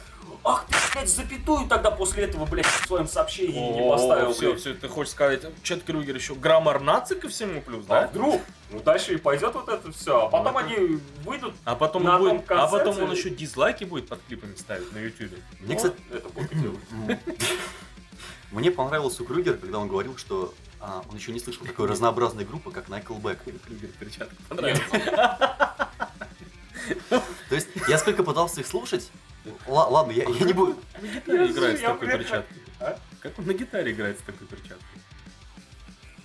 Ах, ты, блядь, запятую тогда после этого, блядь, в своем сообщении не поставил,
все,
блядь.
все, ты хочешь сказать, Чет Крюгер еще граммар наци ко всему плюс,
А
да?
вдруг? Ну дальше и пойдет вот это все, а потом
Ну,
они выйдут...
А потом,
На
он будет-
одном
а потом он
концерте-
еще дизлайки будет под клипами ставить на ютюбе.
Мне,
Ну,
кстати,
Это будет делать.
Мне понравился у Крюгера, когда он говорил, что а, он еще не слышал такой разнообразной группы, как Nickelback.
Крюгер перчатка
Нет,
понравилась.
То есть я сколько пытался их слушать, Л- ладно, я, я не буду.
На гитаре
Я
играет с
я
такой
прям-
перчаткой.
А?
Как он на гитаре играет с такой перчаткой?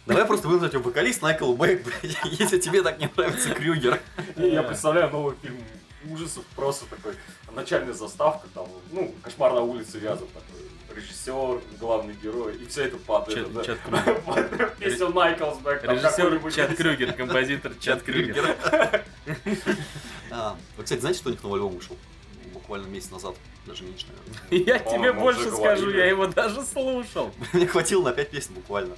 Давай просто вызовем вокалист Nickelback, блядь, если тебе так не нравится Крюгер.
И
Э.
Я представляю новый фильм ужасов, просто такой начальная заставка, там, ну, кошмар на улице вязов такой. Режиссер, главный герой, и все это под
Чет-
это, да.
Чет Крюгер.
Под Песню Найклсбэк, там
Режиссер
какой-нибудь.
Чат Крюгер, композитор Чат Крюгер.
А, Вы, кстати, знаете, что у них новый альбом вышел? Буквально месяц назад, даже меньше, наверное.
Я
О,
тебе
мы
больше
уже
скажу,
говорили.
я его даже слушал.
Мне хватило на пять песен буквально.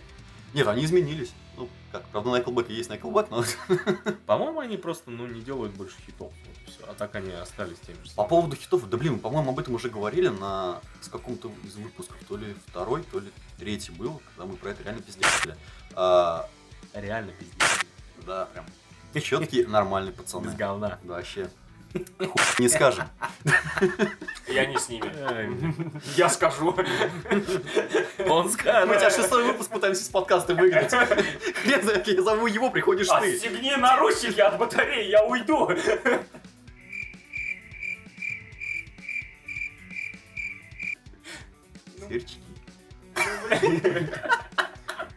Нет, они изменились. Ну, как, правда, Nickelback и есть Nickelback, но...
По-моему, они просто ну, не делают больше хитов. Вот и всё. А так они остались теми же
По
самыми.
поводу хитов, да блин, мы, по-моему, об этом уже говорили на с каком-то из выпусков, то ли второй, то ли третий был, когда мы про это реально пиздели. А,
Реально пиздец.
да, прям. Ты четкие, нормальные
Без
пацаны.
говна.
Да, вообще. Хуй Не скажем.
Я не с ними.
Ай, блин.
Я скажу.
Он
Мы Ну, тебя
скажет.
шестой выпуск пытаемся из подкаста выиграть. А, Хрен знает, я зову его, приходишь ты.
Отстегни наручники от батареи, я уйду.
Сверчки.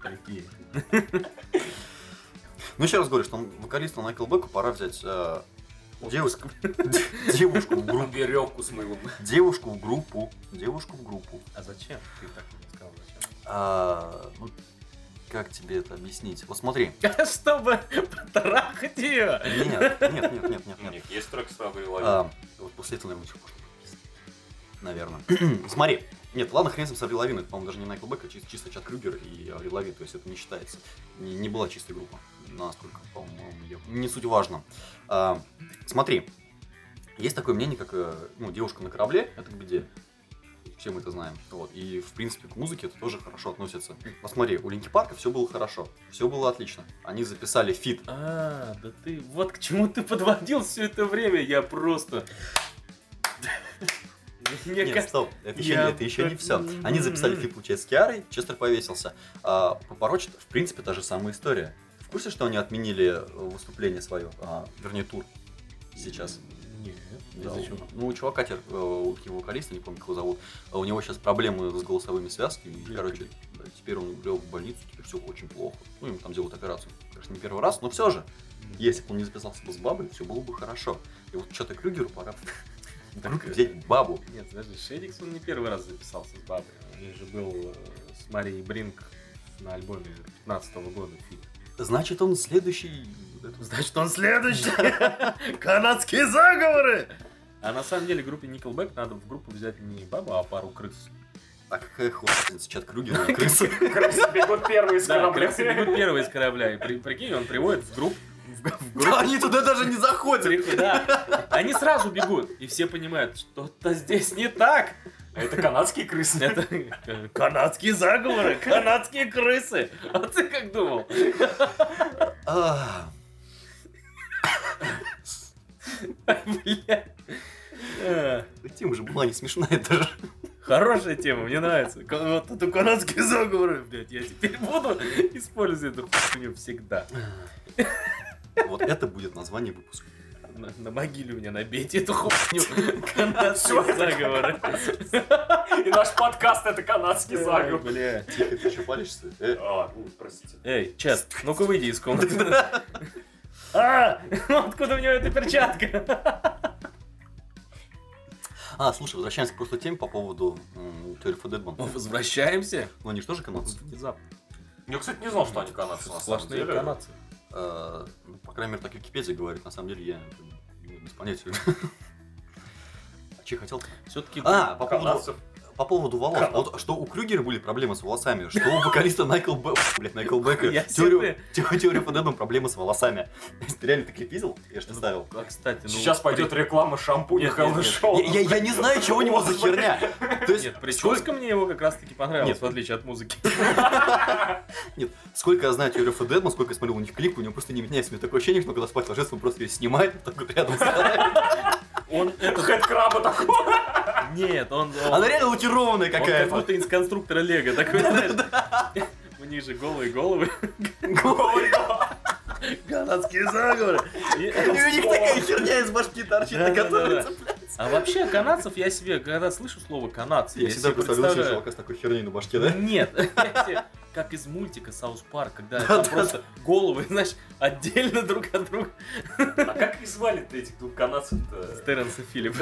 Такие.
Ну, еще раз говорю, что вокалиста Найклбеку пора взять э, девушку. Девушку в группу.
Веревку с моего...
Девушку в группу. Девушку в группу.
А зачем? Ты так не сказал, зачем?
А, ну, как тебе это объяснить? Вот смотри.
Чтобы потрахать ее.
Нет, нет, нет, нет, нет,
У
нет.
них есть трек «Слабые
А, вот после этого, наверное, что Наверное. Смотри. Нет, ладно, хрен с ним с Аври Лавин. Это, по-моему, даже не Найкл Бэк, а чис- чисто Чат Крюгер и Аври Лавин. То есть это не считается. Не, не была чистая группа. Насколько, по-моему, я... Не суть важно. А, смотри. Есть такое мнение, как э, ну, девушка на корабле, это к беде. Все мы это знаем. Вот. И, в принципе, к музыке это тоже хорошо относится. Вот смотри, у Линки Парка все было хорошо. Все было отлично. Они записали фит
А, да ты вот к чему ты подводил все это время, я просто. Мне
Нет,
кажется-
стоп, это еще,
я-
не- это еще не все. Они записали
М-м.
фит, получается, с Киарой, Честер повесился. А, Папарочи, в принципе, та же самая история. В курсе, что они отменили э, выступление свое, а, вернее, тур сейчас?
Нет,
Да,
зачем?
у- Ну, у чувака теперь, э, у его вокалиста, не помню, как его зовут, э, у него сейчас проблемы с голосовыми связками, и,
Блин,
короче, да, теперь он лег в больницу, теперь все очень плохо. Ну, ему там делают операцию, конечно, не первый раз, но все же, если бы он не записался бы с бабой, все было бы хорошо. И вот что-то Крюгеру пора в
Так,
группе
э,
взять бабу.
Нет, подожди, Шерикс он не первый раз записался с бабой. У них же был э, с Марией Бринк на альбоме 15 года фильм.
Значит, он следующий... вот этот
Значит, он следующий! Канадские заговоры! А на самом деле группе Nickelback надо в группу взять не бабу, а пару крыс.
А какая хуйня чат Крюгера и крысы?
Крысы бегут первые с
Да,
корабля.
крысы бегут первые из корабля. И при- прикинь, он приводит в группу. В, г- в группу.
Да они туда даже не заходят!
Приход- да. Они сразу бегут, и все понимают, что-то здесь не так.
Это канадские крысы.
Это канадские заговоры, канадские крысы. А ты как думал?
А,
Бля. Э,
да Тема же была не смешная даже.
Хорошая тема, мне нравится. Ка- Вот это канадские заговоры, блядь. Я теперь буду использовать эту хуйню всегда.
Вот это будет название выпуска.
На, на могиле у меня набейте эту хуйню. Канадские
Всё, это
заговоры.
И наш подкаст это канадский
Э.
заговор.
Ой, бля.
Тихо, ты что палишься? Э,
А, ну, простите.
Эй, Чет, ну-ка выйди из комнаты. А, откуда у него эта перчатка?
А, слушай, возвращаемся просто к теме по поводу м, Teory for Dead Band.
возвращаемся.
Ну они же тоже канадцы.
Внезапно.
Я, кстати, не знал, что они канадцы на самом
Сплошные
деле.
канадцы.
Э, ну, По крайней мере, так Википедия говорит. На самом деле А я как бы, без понятия. О Че хотел?
Все-таки
А, по поводу-
канадцев.
По поводу волос.
Как?
Вот что у Крюгера были проблемы с волосами, что у вокалиста Найкл Б... Блядь, Найкл Бека.
Я
Теорию те- теорию под Эдом проблемы с волосами. Ты реально так лепизил? Я ж не ставил.
А, кстати, ну,
Сейчас
вот
пойдет
при-
реклама шампуня
Нет, нет,
Hello
нет.
Show.
Я, я- я не знаю, чего у него за херня. То есть,
Нет, прическа мне его как раз-таки понравилась,
Нет.
в отличие от музыки.
Нет, сколько я знаю теорию Федедма, сколько я смотрел у них клип, у него просто не меняется. У меня такое ощущение, что он, когда спать ложится, он просто ее снимает, вот так вот рядом ставит.
Он этот...
Хэдкраба такой.
Нет, он... он-
Она реально лакированная
он как
какая-то.
будто из конструктора Лего, такой, знаешь. У них же голые головы. Канадские заговоры. И-
И у них такая херня из башки торчит, на
Да-да-да-да.
которой цепляется.
А вообще канадцев я себе, когда слышу слово канадцы,
Я всегда
себе
представляю себе чувака с такой херней на башке, да?
Нет, я себе- как из мультика Саус Парк, когда
Да,
там
да,
просто головы, знаешь, отдельно друг от друга.
А как их звали-то этих двух канадцев-то?
Терренс и Филипп.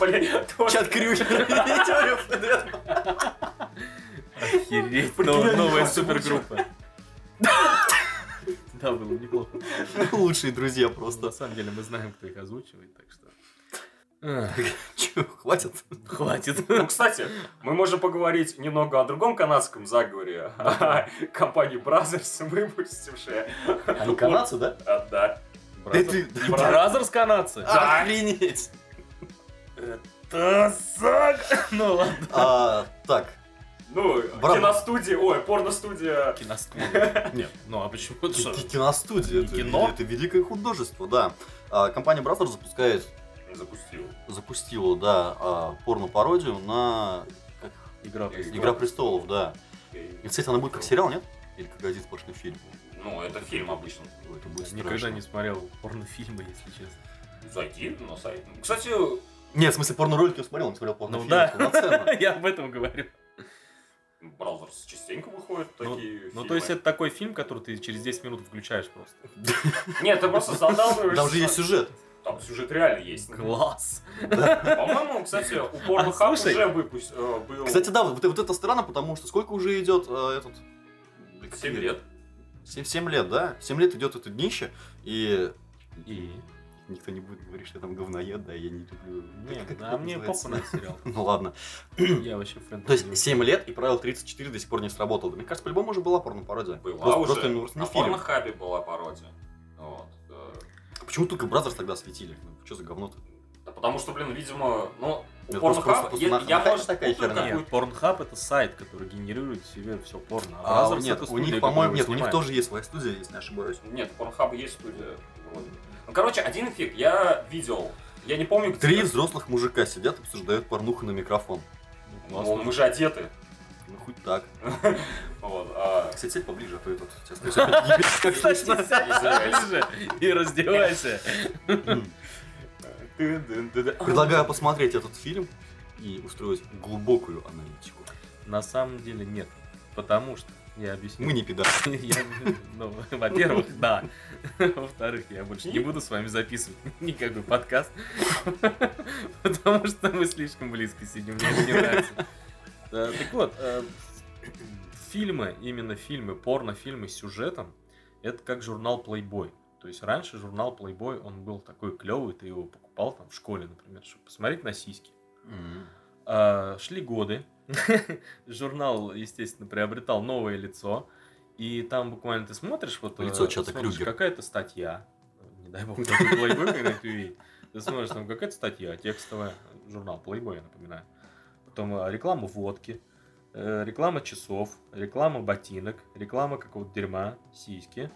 Блин, тоже.
Чат Крюгер и теория Федедма.
Охереть,
Прикинь,
но-
они
новая
их
супергруппа. Да, было неплохо.
Лучшие друзья
На
просто.
самом деле мы знаем, кто их озвучивает, так что... Эх,
Че, хватит?
Хватит.
Ну, кстати, мы можем поговорить немного о другом канадском заговоре, о компании Brothers, выпустившая.
Они канадцы, да?
А, Да.
Да ты- А,
И Бразерс канадцы.
Да.
Охренеть!
Это сак! Ну ладно.
А, Так,
Ну,
Браво.
киностудия, ой, порностудия.
Киностудия. Нет, ну а почему? это что?
Ки- ки- Киностудия.
Не
Это,
кино?
это великое художество, да. А, компания Бразер запускает,
Запустил.
запустила, да, а, порно-пародию на как,
Игра престолов.
Игра престолов, да. И, кстати, она будет как сериал, нет? Или как один сплошный фильм?
Ну, это фильм обычно.
Ой, Это будет
Никогда
страшно.
не смотрел порнофильмы, если честно.
Зайди на сайт. Кстати,
Нет, в смысле, порно-ролики он смотрел, он смотрел
Ну
порнофильмы
да,
полноценно.
я об этом говорю.
Бразерс частенько выходят
Ну,
такие
ну,
фильмы.
то есть это такой фильм, который ты через 10 минут включаешь просто.
Нет, ты просто задалбываешься.
Там же есть сюжет.
Там сюжет реально есть.
Класс!
По-моему, кстати, у Порнхаб
А, слушай.
уже выпуск э,
Ну.
был...
Кстати, да, вот, вот это странно, потому что сколько уже идет э, этот...
7 лет.
7, лет, да? 7 лет идет это днище, и
И...
никто не будет говорить, что я там говноед, да, я не люблю...
Не,
Как
да,
это
мне
называется?
похуй на этот сериал.
Ну ладно.
Я вообще фэнтези.
То есть 7 лет и правило 34 до сих пор не сработало. Да Мне кажется, по-любому уже была порно-пародия.
Была
просто,
уже.
Просто, ну, просто не
на
фильм.
Порнхабе была пародия. Вот. э,
Почему только Бразерс тогда светили? Ну, что за говно-то?
Да потому что, блин, видимо, ну, у
Это просто-
Порнхаба...
просто
Я,
нахрен
я,
такая-
может,
такая
путаю
херня.
Нет,
какую-то-
Pornhub это сайт, который генерирует в себе все порно.
А,
Бразерс
нет,
это
у
студия,
них, по-моему,
которая
нет, у них
снимает.
тоже есть своя студия, если не ошибаюсь.
Нет, у Порнхаба есть студия вроде. Ну, короче, один фиг, я видел... Я не помню, где...
Три взрослых мужика сидят, обсуждают порнуху на микрофон.
Ну,
Ну,
классно.
мы же одеты.
Ну, хоть так.
Вот, а...
Кстати, сядь поближе, а то я тут сейчас опять не вижу, как
Кстати, сядь ближе и раздевайся.
М.
Ты-ды-ды-ды.
Предлагаю посмотреть этот фильм и устроить глубокую аналитику.
На самом деле нет. Потому что я объясню.
Мы не пидоры.
Я, ну, во-первых, да. Во-вторых, я больше не буду с вами записывать никакой подкаст, потому что мы слишком близко сидим, мне это не нравится. Э, Так вот, э, фильмы, именно фильмы, порнофильмы с сюжетом, это как журнал Playboy. То есть раньше журнал Playboy, он был такой клевый, ты его покупал там в школе, например, чтобы посмотреть на сиськи. А, Шли годы. Журнал, естественно, приобретал новое лицо. И там буквально ты смотришь, вот
Лицо
э,
Чата
смотришь,
Крюгера.
какая-то статья. Не дай бог, даже Playboy когда-нибудь увидит. Ты смотришь, там какая-то статья, текстовая, журнал Playboy, я напоминаю. Потом э, реклама водки, э, реклама часов, реклама ботинок, реклама какого-то дерьма, сиськи.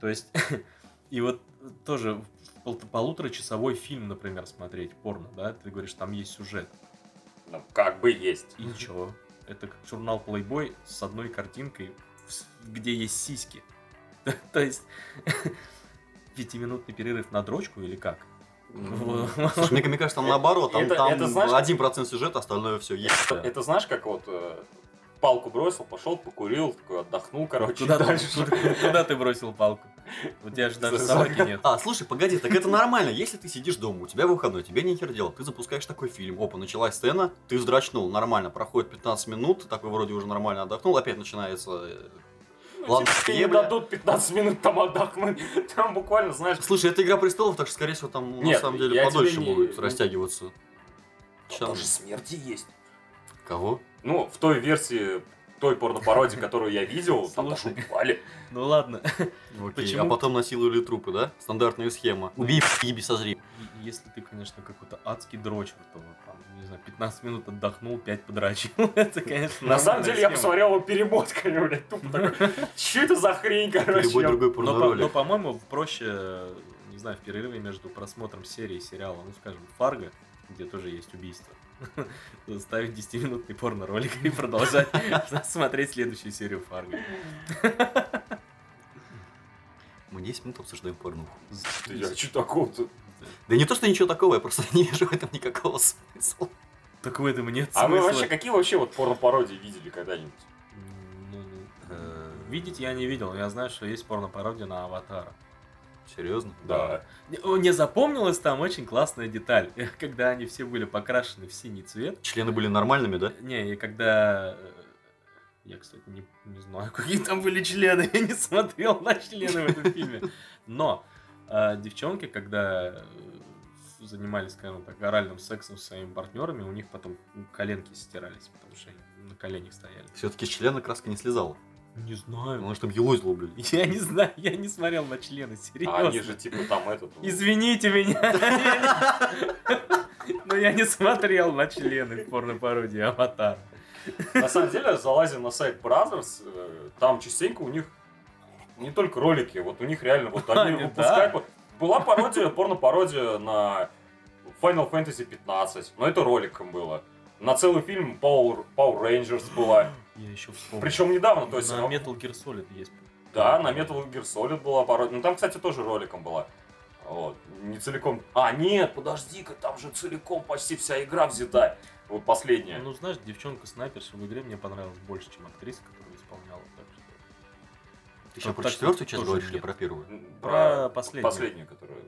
То есть, и вот тоже пол- полуторачасовой фильм, например, смотреть, порно, да, ты говоришь, там есть сюжет.
Ну, как бы есть.
И ничего. Это как журнал Playboy с одной картинкой, с- где есть сиськи. То есть, пятиминутный перерыв на дрочку или как? Ну,
Ну,
Слушай, мне, мне кажется, там
Это-
наоборот, там,
это-
там
это знаешь-
1% сюжета, остальное все есть.
Это, это знаешь, как вот э, палку бросил, пошел, покурил, такой отдохнул, короче,
Ну, Куда,
и дальше.
ты, куда ты бросил палку? У тебя же даже
За-
собаки нет.
А, слушай, погоди, так это нормально. Если ты сидишь дома, у тебя выходной, тебе нехер делать, ты запускаешь такой фильм, опа, началась сцена, ты вздрачнул, нормально, проходит 15 минут, ты такой вроде уже нормально отдохнул, опять начинается э, Ладно,
типа, тебе
е,
не
бля.
дадут 15 минут там отдохнуть. Там буквально, знаешь,
Слушай, это Игра Престолов, так что, скорее всего, там ну, на
Нет,
самом деле
я
подольше
тебе не-
будет растягиваться. Чем?
тоже смерти есть.
Кого?
Ну, в той версии, той порнопародии, которую я видел, там даже
Слушай.
убивали.
Ну ладно.
Окей,
Почему?
А потом насиловали трупы, да? Стандартная схема. Убей, еби, созри.
И- Если ты, конечно, какой-то адский дрочер, то там, не знаю, 15 минут отдохнул, 5 подрочил. Это, конечно,
На самом
нормальная
деле, я
схема.
посмотрел его перемотками, блядь, тупо такой, че это за хрень, короче.
Любой
Я-
другой
Но, по- но,
порноролик.
по-моему, проще, э, не знаю, в перерыве между просмотром серии и сериала, ну, скажем, Фарго, где тоже есть убийство, ставить 10-минутный порно-ролик и продолжать смотреть следующую серию Фарго.
Мы 10 минут обсуждаем порнуху.
Да Я че такого-то?
Да не то, что ничего такого, я просто не вижу в этом никакого смысла.
Так в этом и нет
А вы
смысла.
вообще, какие вообще вот порнопародии видели когда-нибудь?
М, ну, ну, э, Видеть я не видел, я знаю, что есть порно-пародия на Аватара.
Серьезно?
Да.
Не- о, Мне запомнилась там очень классная деталь, когда они все были покрашены в синий цвет,
Члены были нормальными, да?
Не, и когда... э, Я, кстати, не, не знаю, какие там были члены, я не смотрел на члены в этом фильме. Но э, девчонки, когда э, занимались, скажем так, оральным сексом со своими партнерами, у них потом ну, коленки стирались, потому что они на коленях стояли.
Все-таки члена краска не слезала.
Не знаю.
Потому что там елозило, блин.
Я не знаю, я не смотрел на члены,
А они
серьезно.
же типа там этот... ну,
Извините меня. Но я не смотрел на члены в порно-пародии Аватар.
На самом деле, залазим на сайт Brothers, э, там частенько у них не только ролики, вот у них реально вот они
Они,
выпускают... вот- Была пародия, порно-пародия на Final Fantasy 15, но это роликом было. На целый фильм Power, Power Rangers была.
Я еще вспомнил.
Причем недавно, то есть...
Ну, на
э,
Metal Gear Solid есть.
Да, на Metal Gear Solid была пародия. Ну там, кстати, тоже роликом была. Вот. Не целиком. А, нет, подожди-ка, там же целиком почти вся игра взята. Вот последняя.
Ну, знаешь, девчонка-снайперша в игре мне понравилась больше, чем актриса, которую исполняла. Так что...
Ты сейчас
Вот
про
Ну, так
четвертую
тоже
часть говоришь или
нет.
про первую?
Про последнюю.
Последнюю, которая...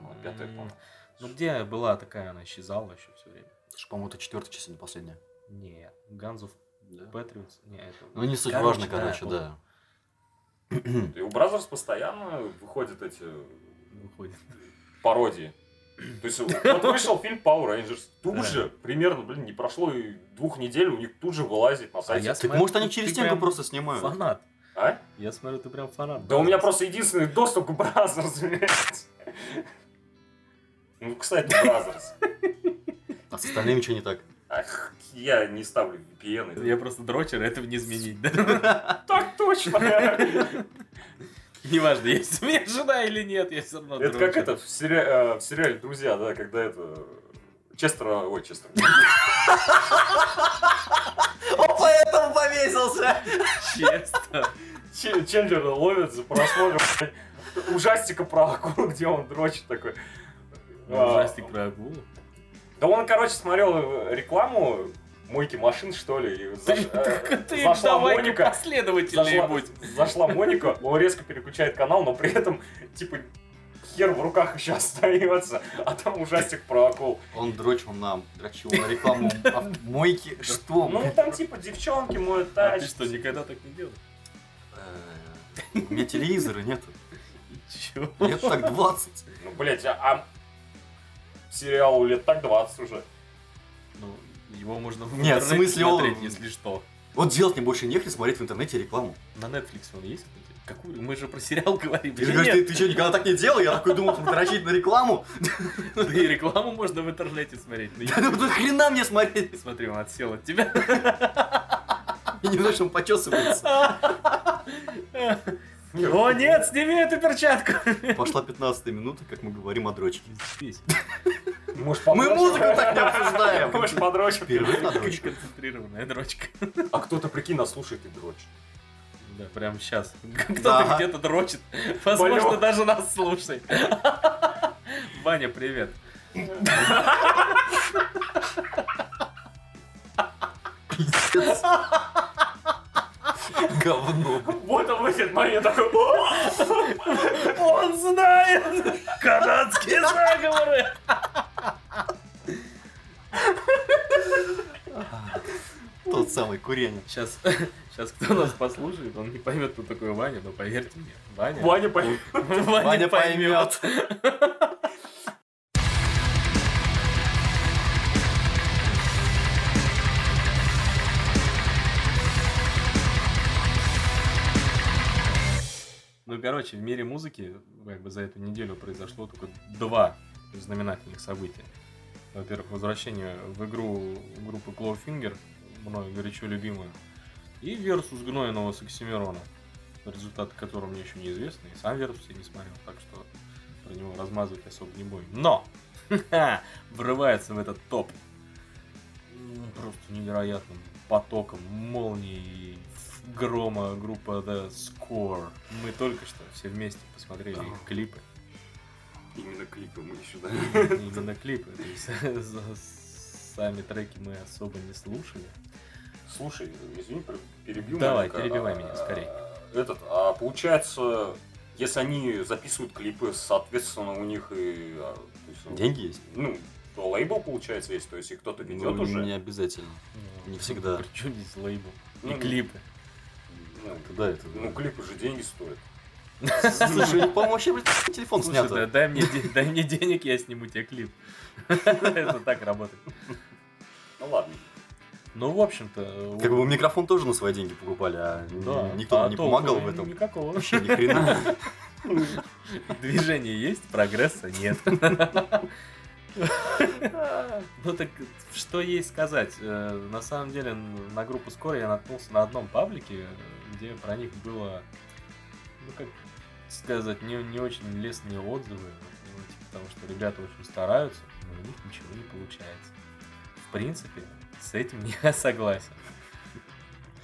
ну, Пятая,
М,
по-моему.
Ну, где была такая, она исчезала еще все время.
Это же, по-моему, это четвертая часть, а не последняя.
Нет, Ганзов Патриотс. Не, это...
Ну, не суть
Короче,
важно,
да,
короче,
вот
да.
И у Бразерс постоянно выходят эти
Выходит.
пародии. То есть вот вышел фильм Power Rangers,
Да.
тут же, примерно, блин, не прошло и двух недель, у них тут же вылазит
А
на
я
сайте.
с-
Так
Смотри,
может они
ты
через
прям
стенку просто снимают?
Фанат.
А?
Я смотрю, ты прям фанат.
Да у меня просто единственный доступ к Бразерс, Ну, кстати, Бразерс.
А с остальными что не так?
Ах, я не ставлю VPN.
Я просто дрочер, этого не изменить. да?
Так точно! Это
Неважно, есть у меня жена или нет, я все равно дрочер.
как это в сериа- э, в сериале «Друзья», да, когда это... Честера... Ой, Честер.
Он поэтому повесился!
Честно.
Че- Чендлера ловят за просмотром блядь, ужастика про акулу, где он дрочит такой. А,
Ну, Ужастик про акулу.
Да он, короче, смотрел э, рекламу мойки машин, что ли, и заш- э,
а Ты
зашла
давай
Моника,
последовательнее
зашла,
будь.
зашла Моника, он резко переключает канал, но при этом, типа, хер в руках еще остается, а там ужастик про акул.
Он дрочил нам, дрочил на рекламу ав- мойки. Что?
Ну,
блин?
там, типа, девчонки моют
А
тачки.
ты что, никогда так не делал?
Э, У меня телевизора нету.
Чего?
Лет так 20.
Ну, блядь, а, а сериалу лет так 20 уже.
Ну, его можно в
Нет,
интернете
в смысле, он-
смотреть, если что.
Вот делать мне больше нехрен смотреть в интернете рекламу.
На Netflix он есть? кстати? Какую? Мы же про сериал говорим.
Ты же
или
говоришь, ты,
нет?
ты что, никогда так не делал? Я такой думал, там дрочить на рекламу.
Да и рекламу можно в интернете смотреть. Ну,
Я думаю, да хрена мне смотреть.
я- Смотри, он отсел от тебя.
Я не знаю, что он почесывается.
О нет, сними эту перчатку.
Пошла 15 минута, как мы говорим о дрочке.
Здесь.
Может,
Мы музыку так не обсуждаем.
Может, подрочим.
Впервые на дрочку.
Концентрированная дрочка.
А кто-то, прикинь, нас слушает и дрочит.
Да, прямо сейчас. Кто-то
Да.
где-то дрочит. Возможно,
Болю.
даже нас слушает. Ваня, привет.
Пиздец. Говно.
Вот он выйдет, Мария такой, «О,
Он знает! Канадские заговоры!
Тот самый куренин.
Сейчас, сейчас кто нас послушает, он не поймет, кто такой Ваня, но поверьте мне, Ваня...
Ваня поймет.
Ваня поймет.
Ну, короче, в мире музыки как бы за эту неделю произошло только два знаменательных события. Во-первых, возвращение в игру группы Clawfinger, мною горячо любимую, и версус гнойного Саксимирона, результаты которого мне еще неизвестны, и сам версус я не смотрел, так что про него размазывать особо не будем. Но! Врывается в этот топ м, просто невероятным потоком молний и грома группа The Score. Мы только что все вместе посмотрели их клипы.
Именно клипы мы еще, да.
Именно клипы. То есть, за- Сами треки мы особо не слушали.
Слушай, извини, пер- перебью.
Давай,
маленько.
перебивай
А,
меня, скорей.
Этот, а получается, если они записывают клипы, соответственно, у них и... а, то есть,
Деньги есть?
Ну, то лейбл, получается, есть, то есть и кто-то ведет
Ну,
уже.
Не обязательно. Не всегда.
Причем здесь лейбл? И
Ну,
клипы.
Ну,
Да, это...
ну, клипы же деньги стоят.
Слушай, по-моему, вообще, блядь, телефон
Слушай, да-
снят.
дай мне де- дай мне денег, я сниму тебе клип. Это так работает.
Ну ладно.
Ну, в общем-то...
Как бы микрофон тоже на свои деньги покупали, а н-
да.
никто
А
не
толку
помогал в этом.
Никакого.
Вообще ни хрена.
Движение есть, прогресса нет. Ну так что ей сказать? Э, На самом деле н- на группу Скоро я наткнулся на одном паблике, э, где про них было, ну как сказать, не, не очень лестные отзывы, вот, ну, типа того, что ребята очень стараются, но у них ничего не получается. В принципе, с этим я согласен.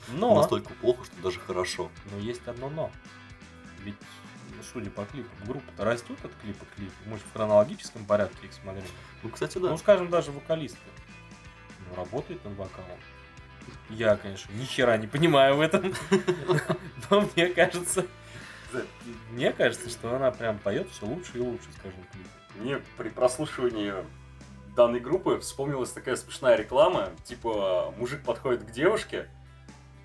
Но,
Настолько плохо, что даже хорошо.
но есть одно но. Ведь, ну, судя по клипам, группа-то растет от клипа к клипу. Мы же в хронологическом порядке их смотрели.
Ну, кстати,
Ну,
да.
скажем, даже вокалистка. Ну, работает над вокалом. Я, конечно, ни хера не понимаю в этом. Но мне кажется... Мне кажется, что она прям поет все лучше и лучше, скажем. в клипе.
Мне при прослушивании данной группы вспомнилась такая смешная реклама, типа мужик подходит к девушке,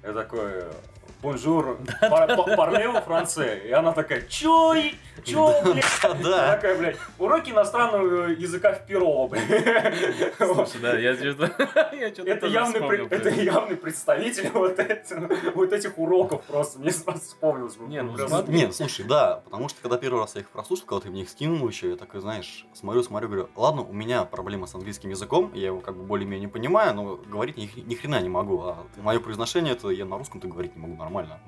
и такой «Бонжур, парлево франце», и она такая «Чё, и- чё, блядь?» Она
Да.
Такая, блядь, уроки иностранного языка в перо, блядь.
Слушай, да, я что-то... я чё-то
Это
тоже
явный,
вспомнил
при-
про
это
это.
явный представитель вот, эти- вот этих уроков просто. Мне сразу вспомнилось.
Не, ну,
Прям-
смотри.
Нет, слушай, да, потому что когда первый раз я их прослушал, когда ты мне их скинул еще, я такой, знаешь, смотрю, смотрю, говорю, ладно, у меня проблема с английским языком, я его как бы более-менее понимаю, но говорить ни, хри- ни хрена не могу, а мое произношение, это я на русском-то говорить не могу нормально.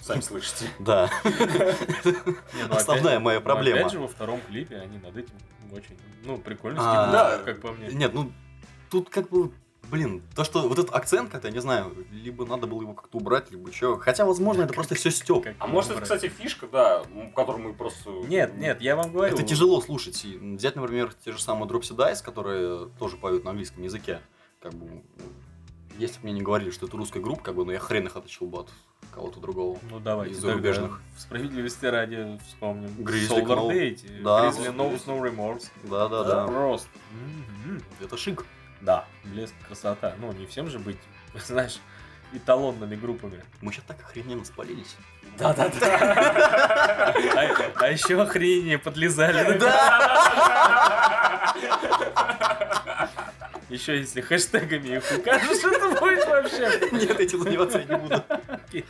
Сами слышите.
Да,
Не, ну,
основная моя
опять- ну,
проблема.
Опять же, во втором клипе они над этим очень, ну, прикольно
А,
стебутся,
да.
как по мне.
Нет, ну, тут как бы, блин, то, что вот этот акцент, как-то, я не знаю, либо надо было его как-то убрать, либо что. Хотя, возможно, это просто все стёб.
Как
А может это,
брать.
кстати, фишка, да, м, которую мы просто...
Ну, Нет, нет, я вам говорю.
Это тяжело слушать. И Взять, например, те же самые Dropsy Dice, которые тоже поют на английском языке. Как бы, если бы мне не говорили, что это русская группа, как бы, ну я хрен их отличил бы от кого-то другого.
Ну давайте
Из
тогда
зарубежных.
в справедливости ради вспомним.
Grizzly
Solar
Knoll.
Date,
Да.
Grizzly No, No Remorse. Это
Да-да-да.
Просто. Мгм.
Это шик.
Да, блеск, красота. Ну, не всем же быть, знаешь, эталонными группами.
Мы сейчас так охрененно спалились.
Да-да-да.
А, а еще охренение подлезали. Еще если хэштегами их укажешь, это будет вообще.
Нет, этим заниматься я не буду.
Окей.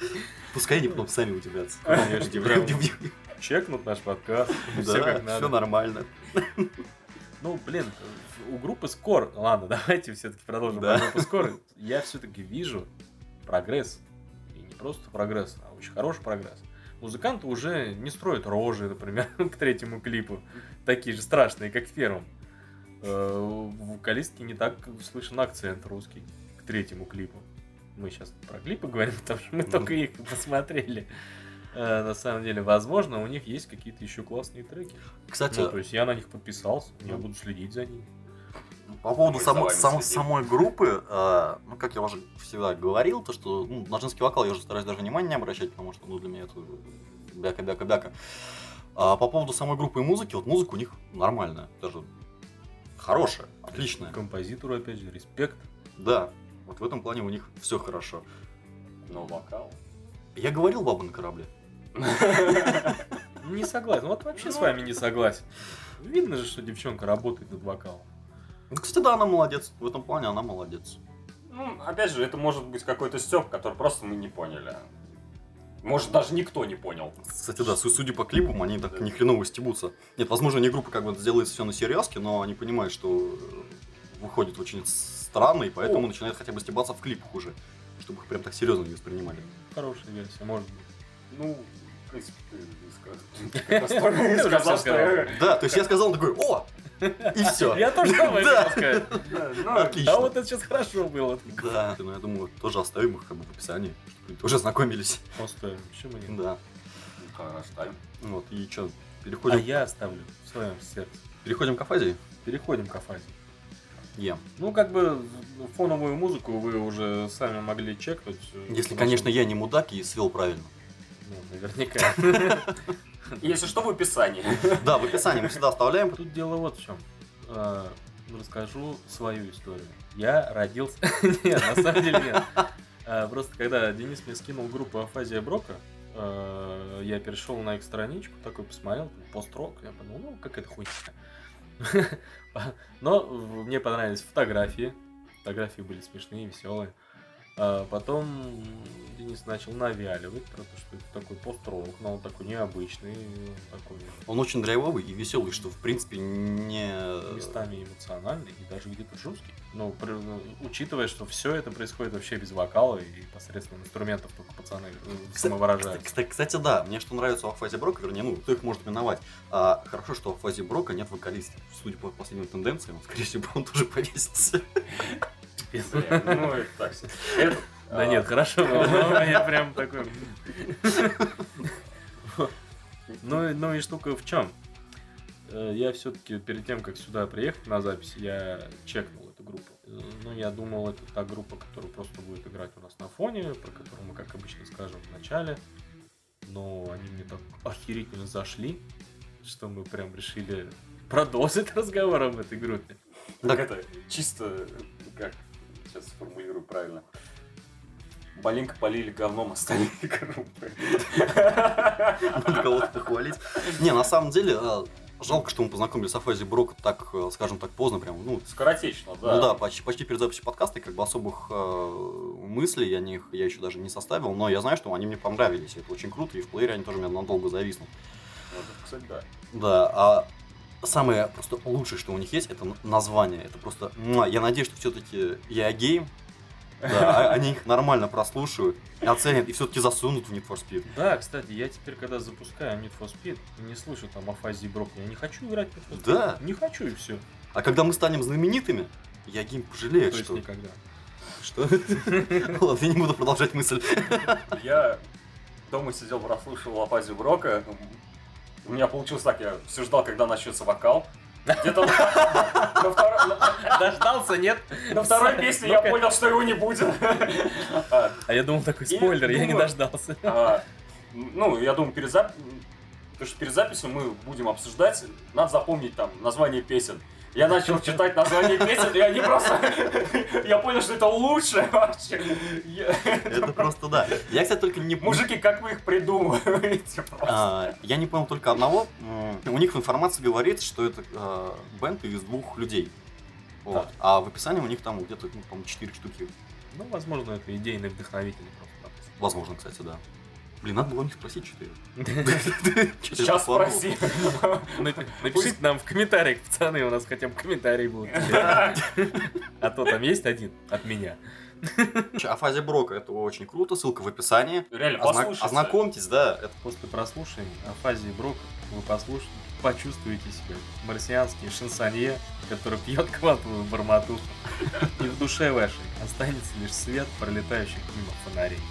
Пускай они потом сами удивятся.
Конечно, прям.
Да,
Чекнут наш подкаст. Все как
все
надо.
нормально.
Ну, блин, у группы Скор, ладно, давайте все-таки продолжим
Да.
про группу Скор. Я все-таки вижу прогресс. И не просто прогресс, а очень хороший прогресс. Музыканты уже не строят рожи, например, к третьему клипу. Такие же страшные, как в первом. Э, У вокалистки не так слышен акцент русский к третьему клипу. Мы сейчас про клипы говорим, потому что мы
Ну.
только их посмотрели. Э, На самом деле, возможно, у них есть какие-то еще классные треки. Ну,
Кстати, Ну.
то есть я на них подписался, я буду следить за ними.
По поводу
Мы
само-
за вами
само-
следим.
самой группы, э, ну, как я уже всегда говорил, то, что ну, на женский вокал я уже стараюсь даже внимания не обращать, потому что, ну, для меня это бяка-бяка-бяка. А по поводу самой группы и музыки, вот музыка у них нормальная, даже хорошая, отличная.
Композитору, опять же, респект.
Да, Вот в этом плане у них все хорошо.
Но вокал.
Я говорил баба на корабле.
Не согласен. Вот вообще
Ну.
с вами не согласен. Видно же, что девчонка работает над вокалом.
Ну, кстати, да, она молодец. В этом плане она молодец.
Ну, опять же, это может быть какой-то стёб, который просто мы не поняли. Может, даже никто не понял.
Кстати, да, су- судя по клипам, они так ни хреново стебутся. Нет, возможно, не группа как бы сделает все на серьезке, но они понимают, что э, выходит очень странно, и поэтому
О.
начинают хотя бы стебаться в клипах уже, чтобы их прям так серьезно не воспринимали.
Хорошая версия, может быть.
Ну, в принципе, ты и сказал. Ты
Ты уже всё сказал.
сказал, что...
Да, то есть я сказал такой, о! И все.
Я тоже самое
Да.
хотел сказать.
Да, ну,
Отлично.
А вот это сейчас хорошо было.
Да, ну я думаю, тоже оставим их как бы в описании, чтобы люди тоже знакомились.
Просто, почему нет?
Да.
ну, хорошо, да.
Вот, и что,
А
переходим,
я оставлю в своем сердце.
переходим к Афазии?
Переходим к афазе.
Я.
Ну, как бы фоновую музыку вы уже сами могли чекнуть.
Если,
Нашим-
конечно, я не мудак и свел правильно.
Ну, наверняка.
Если что, в описании.
Да, в описании мы всегда оставляем.
Тут дело вот в чем. Э, Расскажу свою историю. Я родился... Нет, на самом деле нет. Э, Просто когда Денис мне скинул группу Афазия Брока, э, я перешел на их страничку, такой посмотрел, там, пост-рок, я подумал, ну, как это хуйня. Но в- мне понравились фотографии. Фотографии были смешные, веселые. Потом Денис начал навяливать про то, что это такой пост-рок, но он такой необычный, он такой
Он очень драйвовый и веселый, что в принципе не...
местами эмоциональный и даже где-то жесткий. Но при- ну, учитывая, что все это происходит вообще без вокала и посредством инструментов только пацаны э,
Кстати,
самовыражаются.
кстати- кстати, да, мне что нравится у Афази Брока, вернее, ну, кто их может миновать. А, хорошо, что у Афази Брока нет вокалиста. Судя по последним тенденциям, скорее всего, он тоже повесился.
Бля, Ну, это так себе. Это,
Да
а,
нет, хорошо, но но я Ну, прям такой... Ну, и- ну и штука в чем? Я все-таки перед тем, как сюда приехать на запись, я чекнул эту группу. Э, Ну, я думал, это та группа, которая просто будет играть у нас на фоне, про которую мы, как обычно, скажем в начале. Но они мне так охерительно зашли, что мы прям решили продолжить разговор об этой группе.
Ну,
Так это чисто, как сейчас сформулирую правильно. Маленько полили говном остальные группы.
Надо кого-то похвалить. Не, на самом деле, э, жалко, что мы познакомились с Афази Брока так, э, скажем так, поздно, прям, ну,
Скоротечно, да.
Ну да, почти, почти перед записью подкаста, и как бы особых э, мыслей о них я еще даже не составил, но я знаю, что они мне понравились, и это очень круто, и в плеере они тоже у меня надолго зависнут.
Ну, это, кстати, да.
Да, а самое просто лучшее, что у них есть, это н- название, это просто... муа. Я надеюсь, что все-таки я гейм, да, а- они их нормально прослушают, оценят и все-таки засунут в Need for Speed.
Да, кстати, я теперь, когда запускаю Need for Speed, не слышу там Афазии Брок. Я не хочу играть в Need for Speed.
Да.
Не хочу и все.
А когда мы станем знаменитыми, я гейм пожалеет,
То есть
что...
никогда.
Что? Ладно, я не буду продолжать мысль.
Я дома сидел, прослушивал Лопазию Брока. У меня получилось так, я все ждал, когда начнется вокал. Где-то на- на втор- на-
Дождался, нет?
на второй песне я понял, что его не будет. А,
А я думал такой
И
спойлер, я не
думаю-
дождался.
А, ну, я думаю, перед зап... Потому что перед записью мы будем обсуждать, надо запомнить там название песен. Я начал читать название песен, и они просто... Я понял, что это лучше вообще. Я-
Это просто да. Я, кстати, только не...
Мужики, как вы их придумываете просто?
А, Я не понял только одного. М, У них в информации говорится, что это э, бенд из двух людей. Вот.
Да.
А в описании у них там где-то, ну, по-моему, 4 штуки.
Ну, возможно, это идейный вдохновитель просто.
Возможно, кстати, да. Блин, надо было у них спросить 4.
Сейчас спроси.
Нап- Напишите нам в комментариях, пацаны, у нас хотя бы комментарии будут. А то там есть один от меня.
О фазе Брока, это очень круто, ссылка в описании.
Реально,
Озна-
послушайте.
Ознакомьтесь, да. это-
После прослушивания Афазии Брок вы послушаете, почувствуете себя марсианский шансонье, который пьет квантовую бормоту. И в душе вашей останется лишь свет пролетающих мимо фонарей.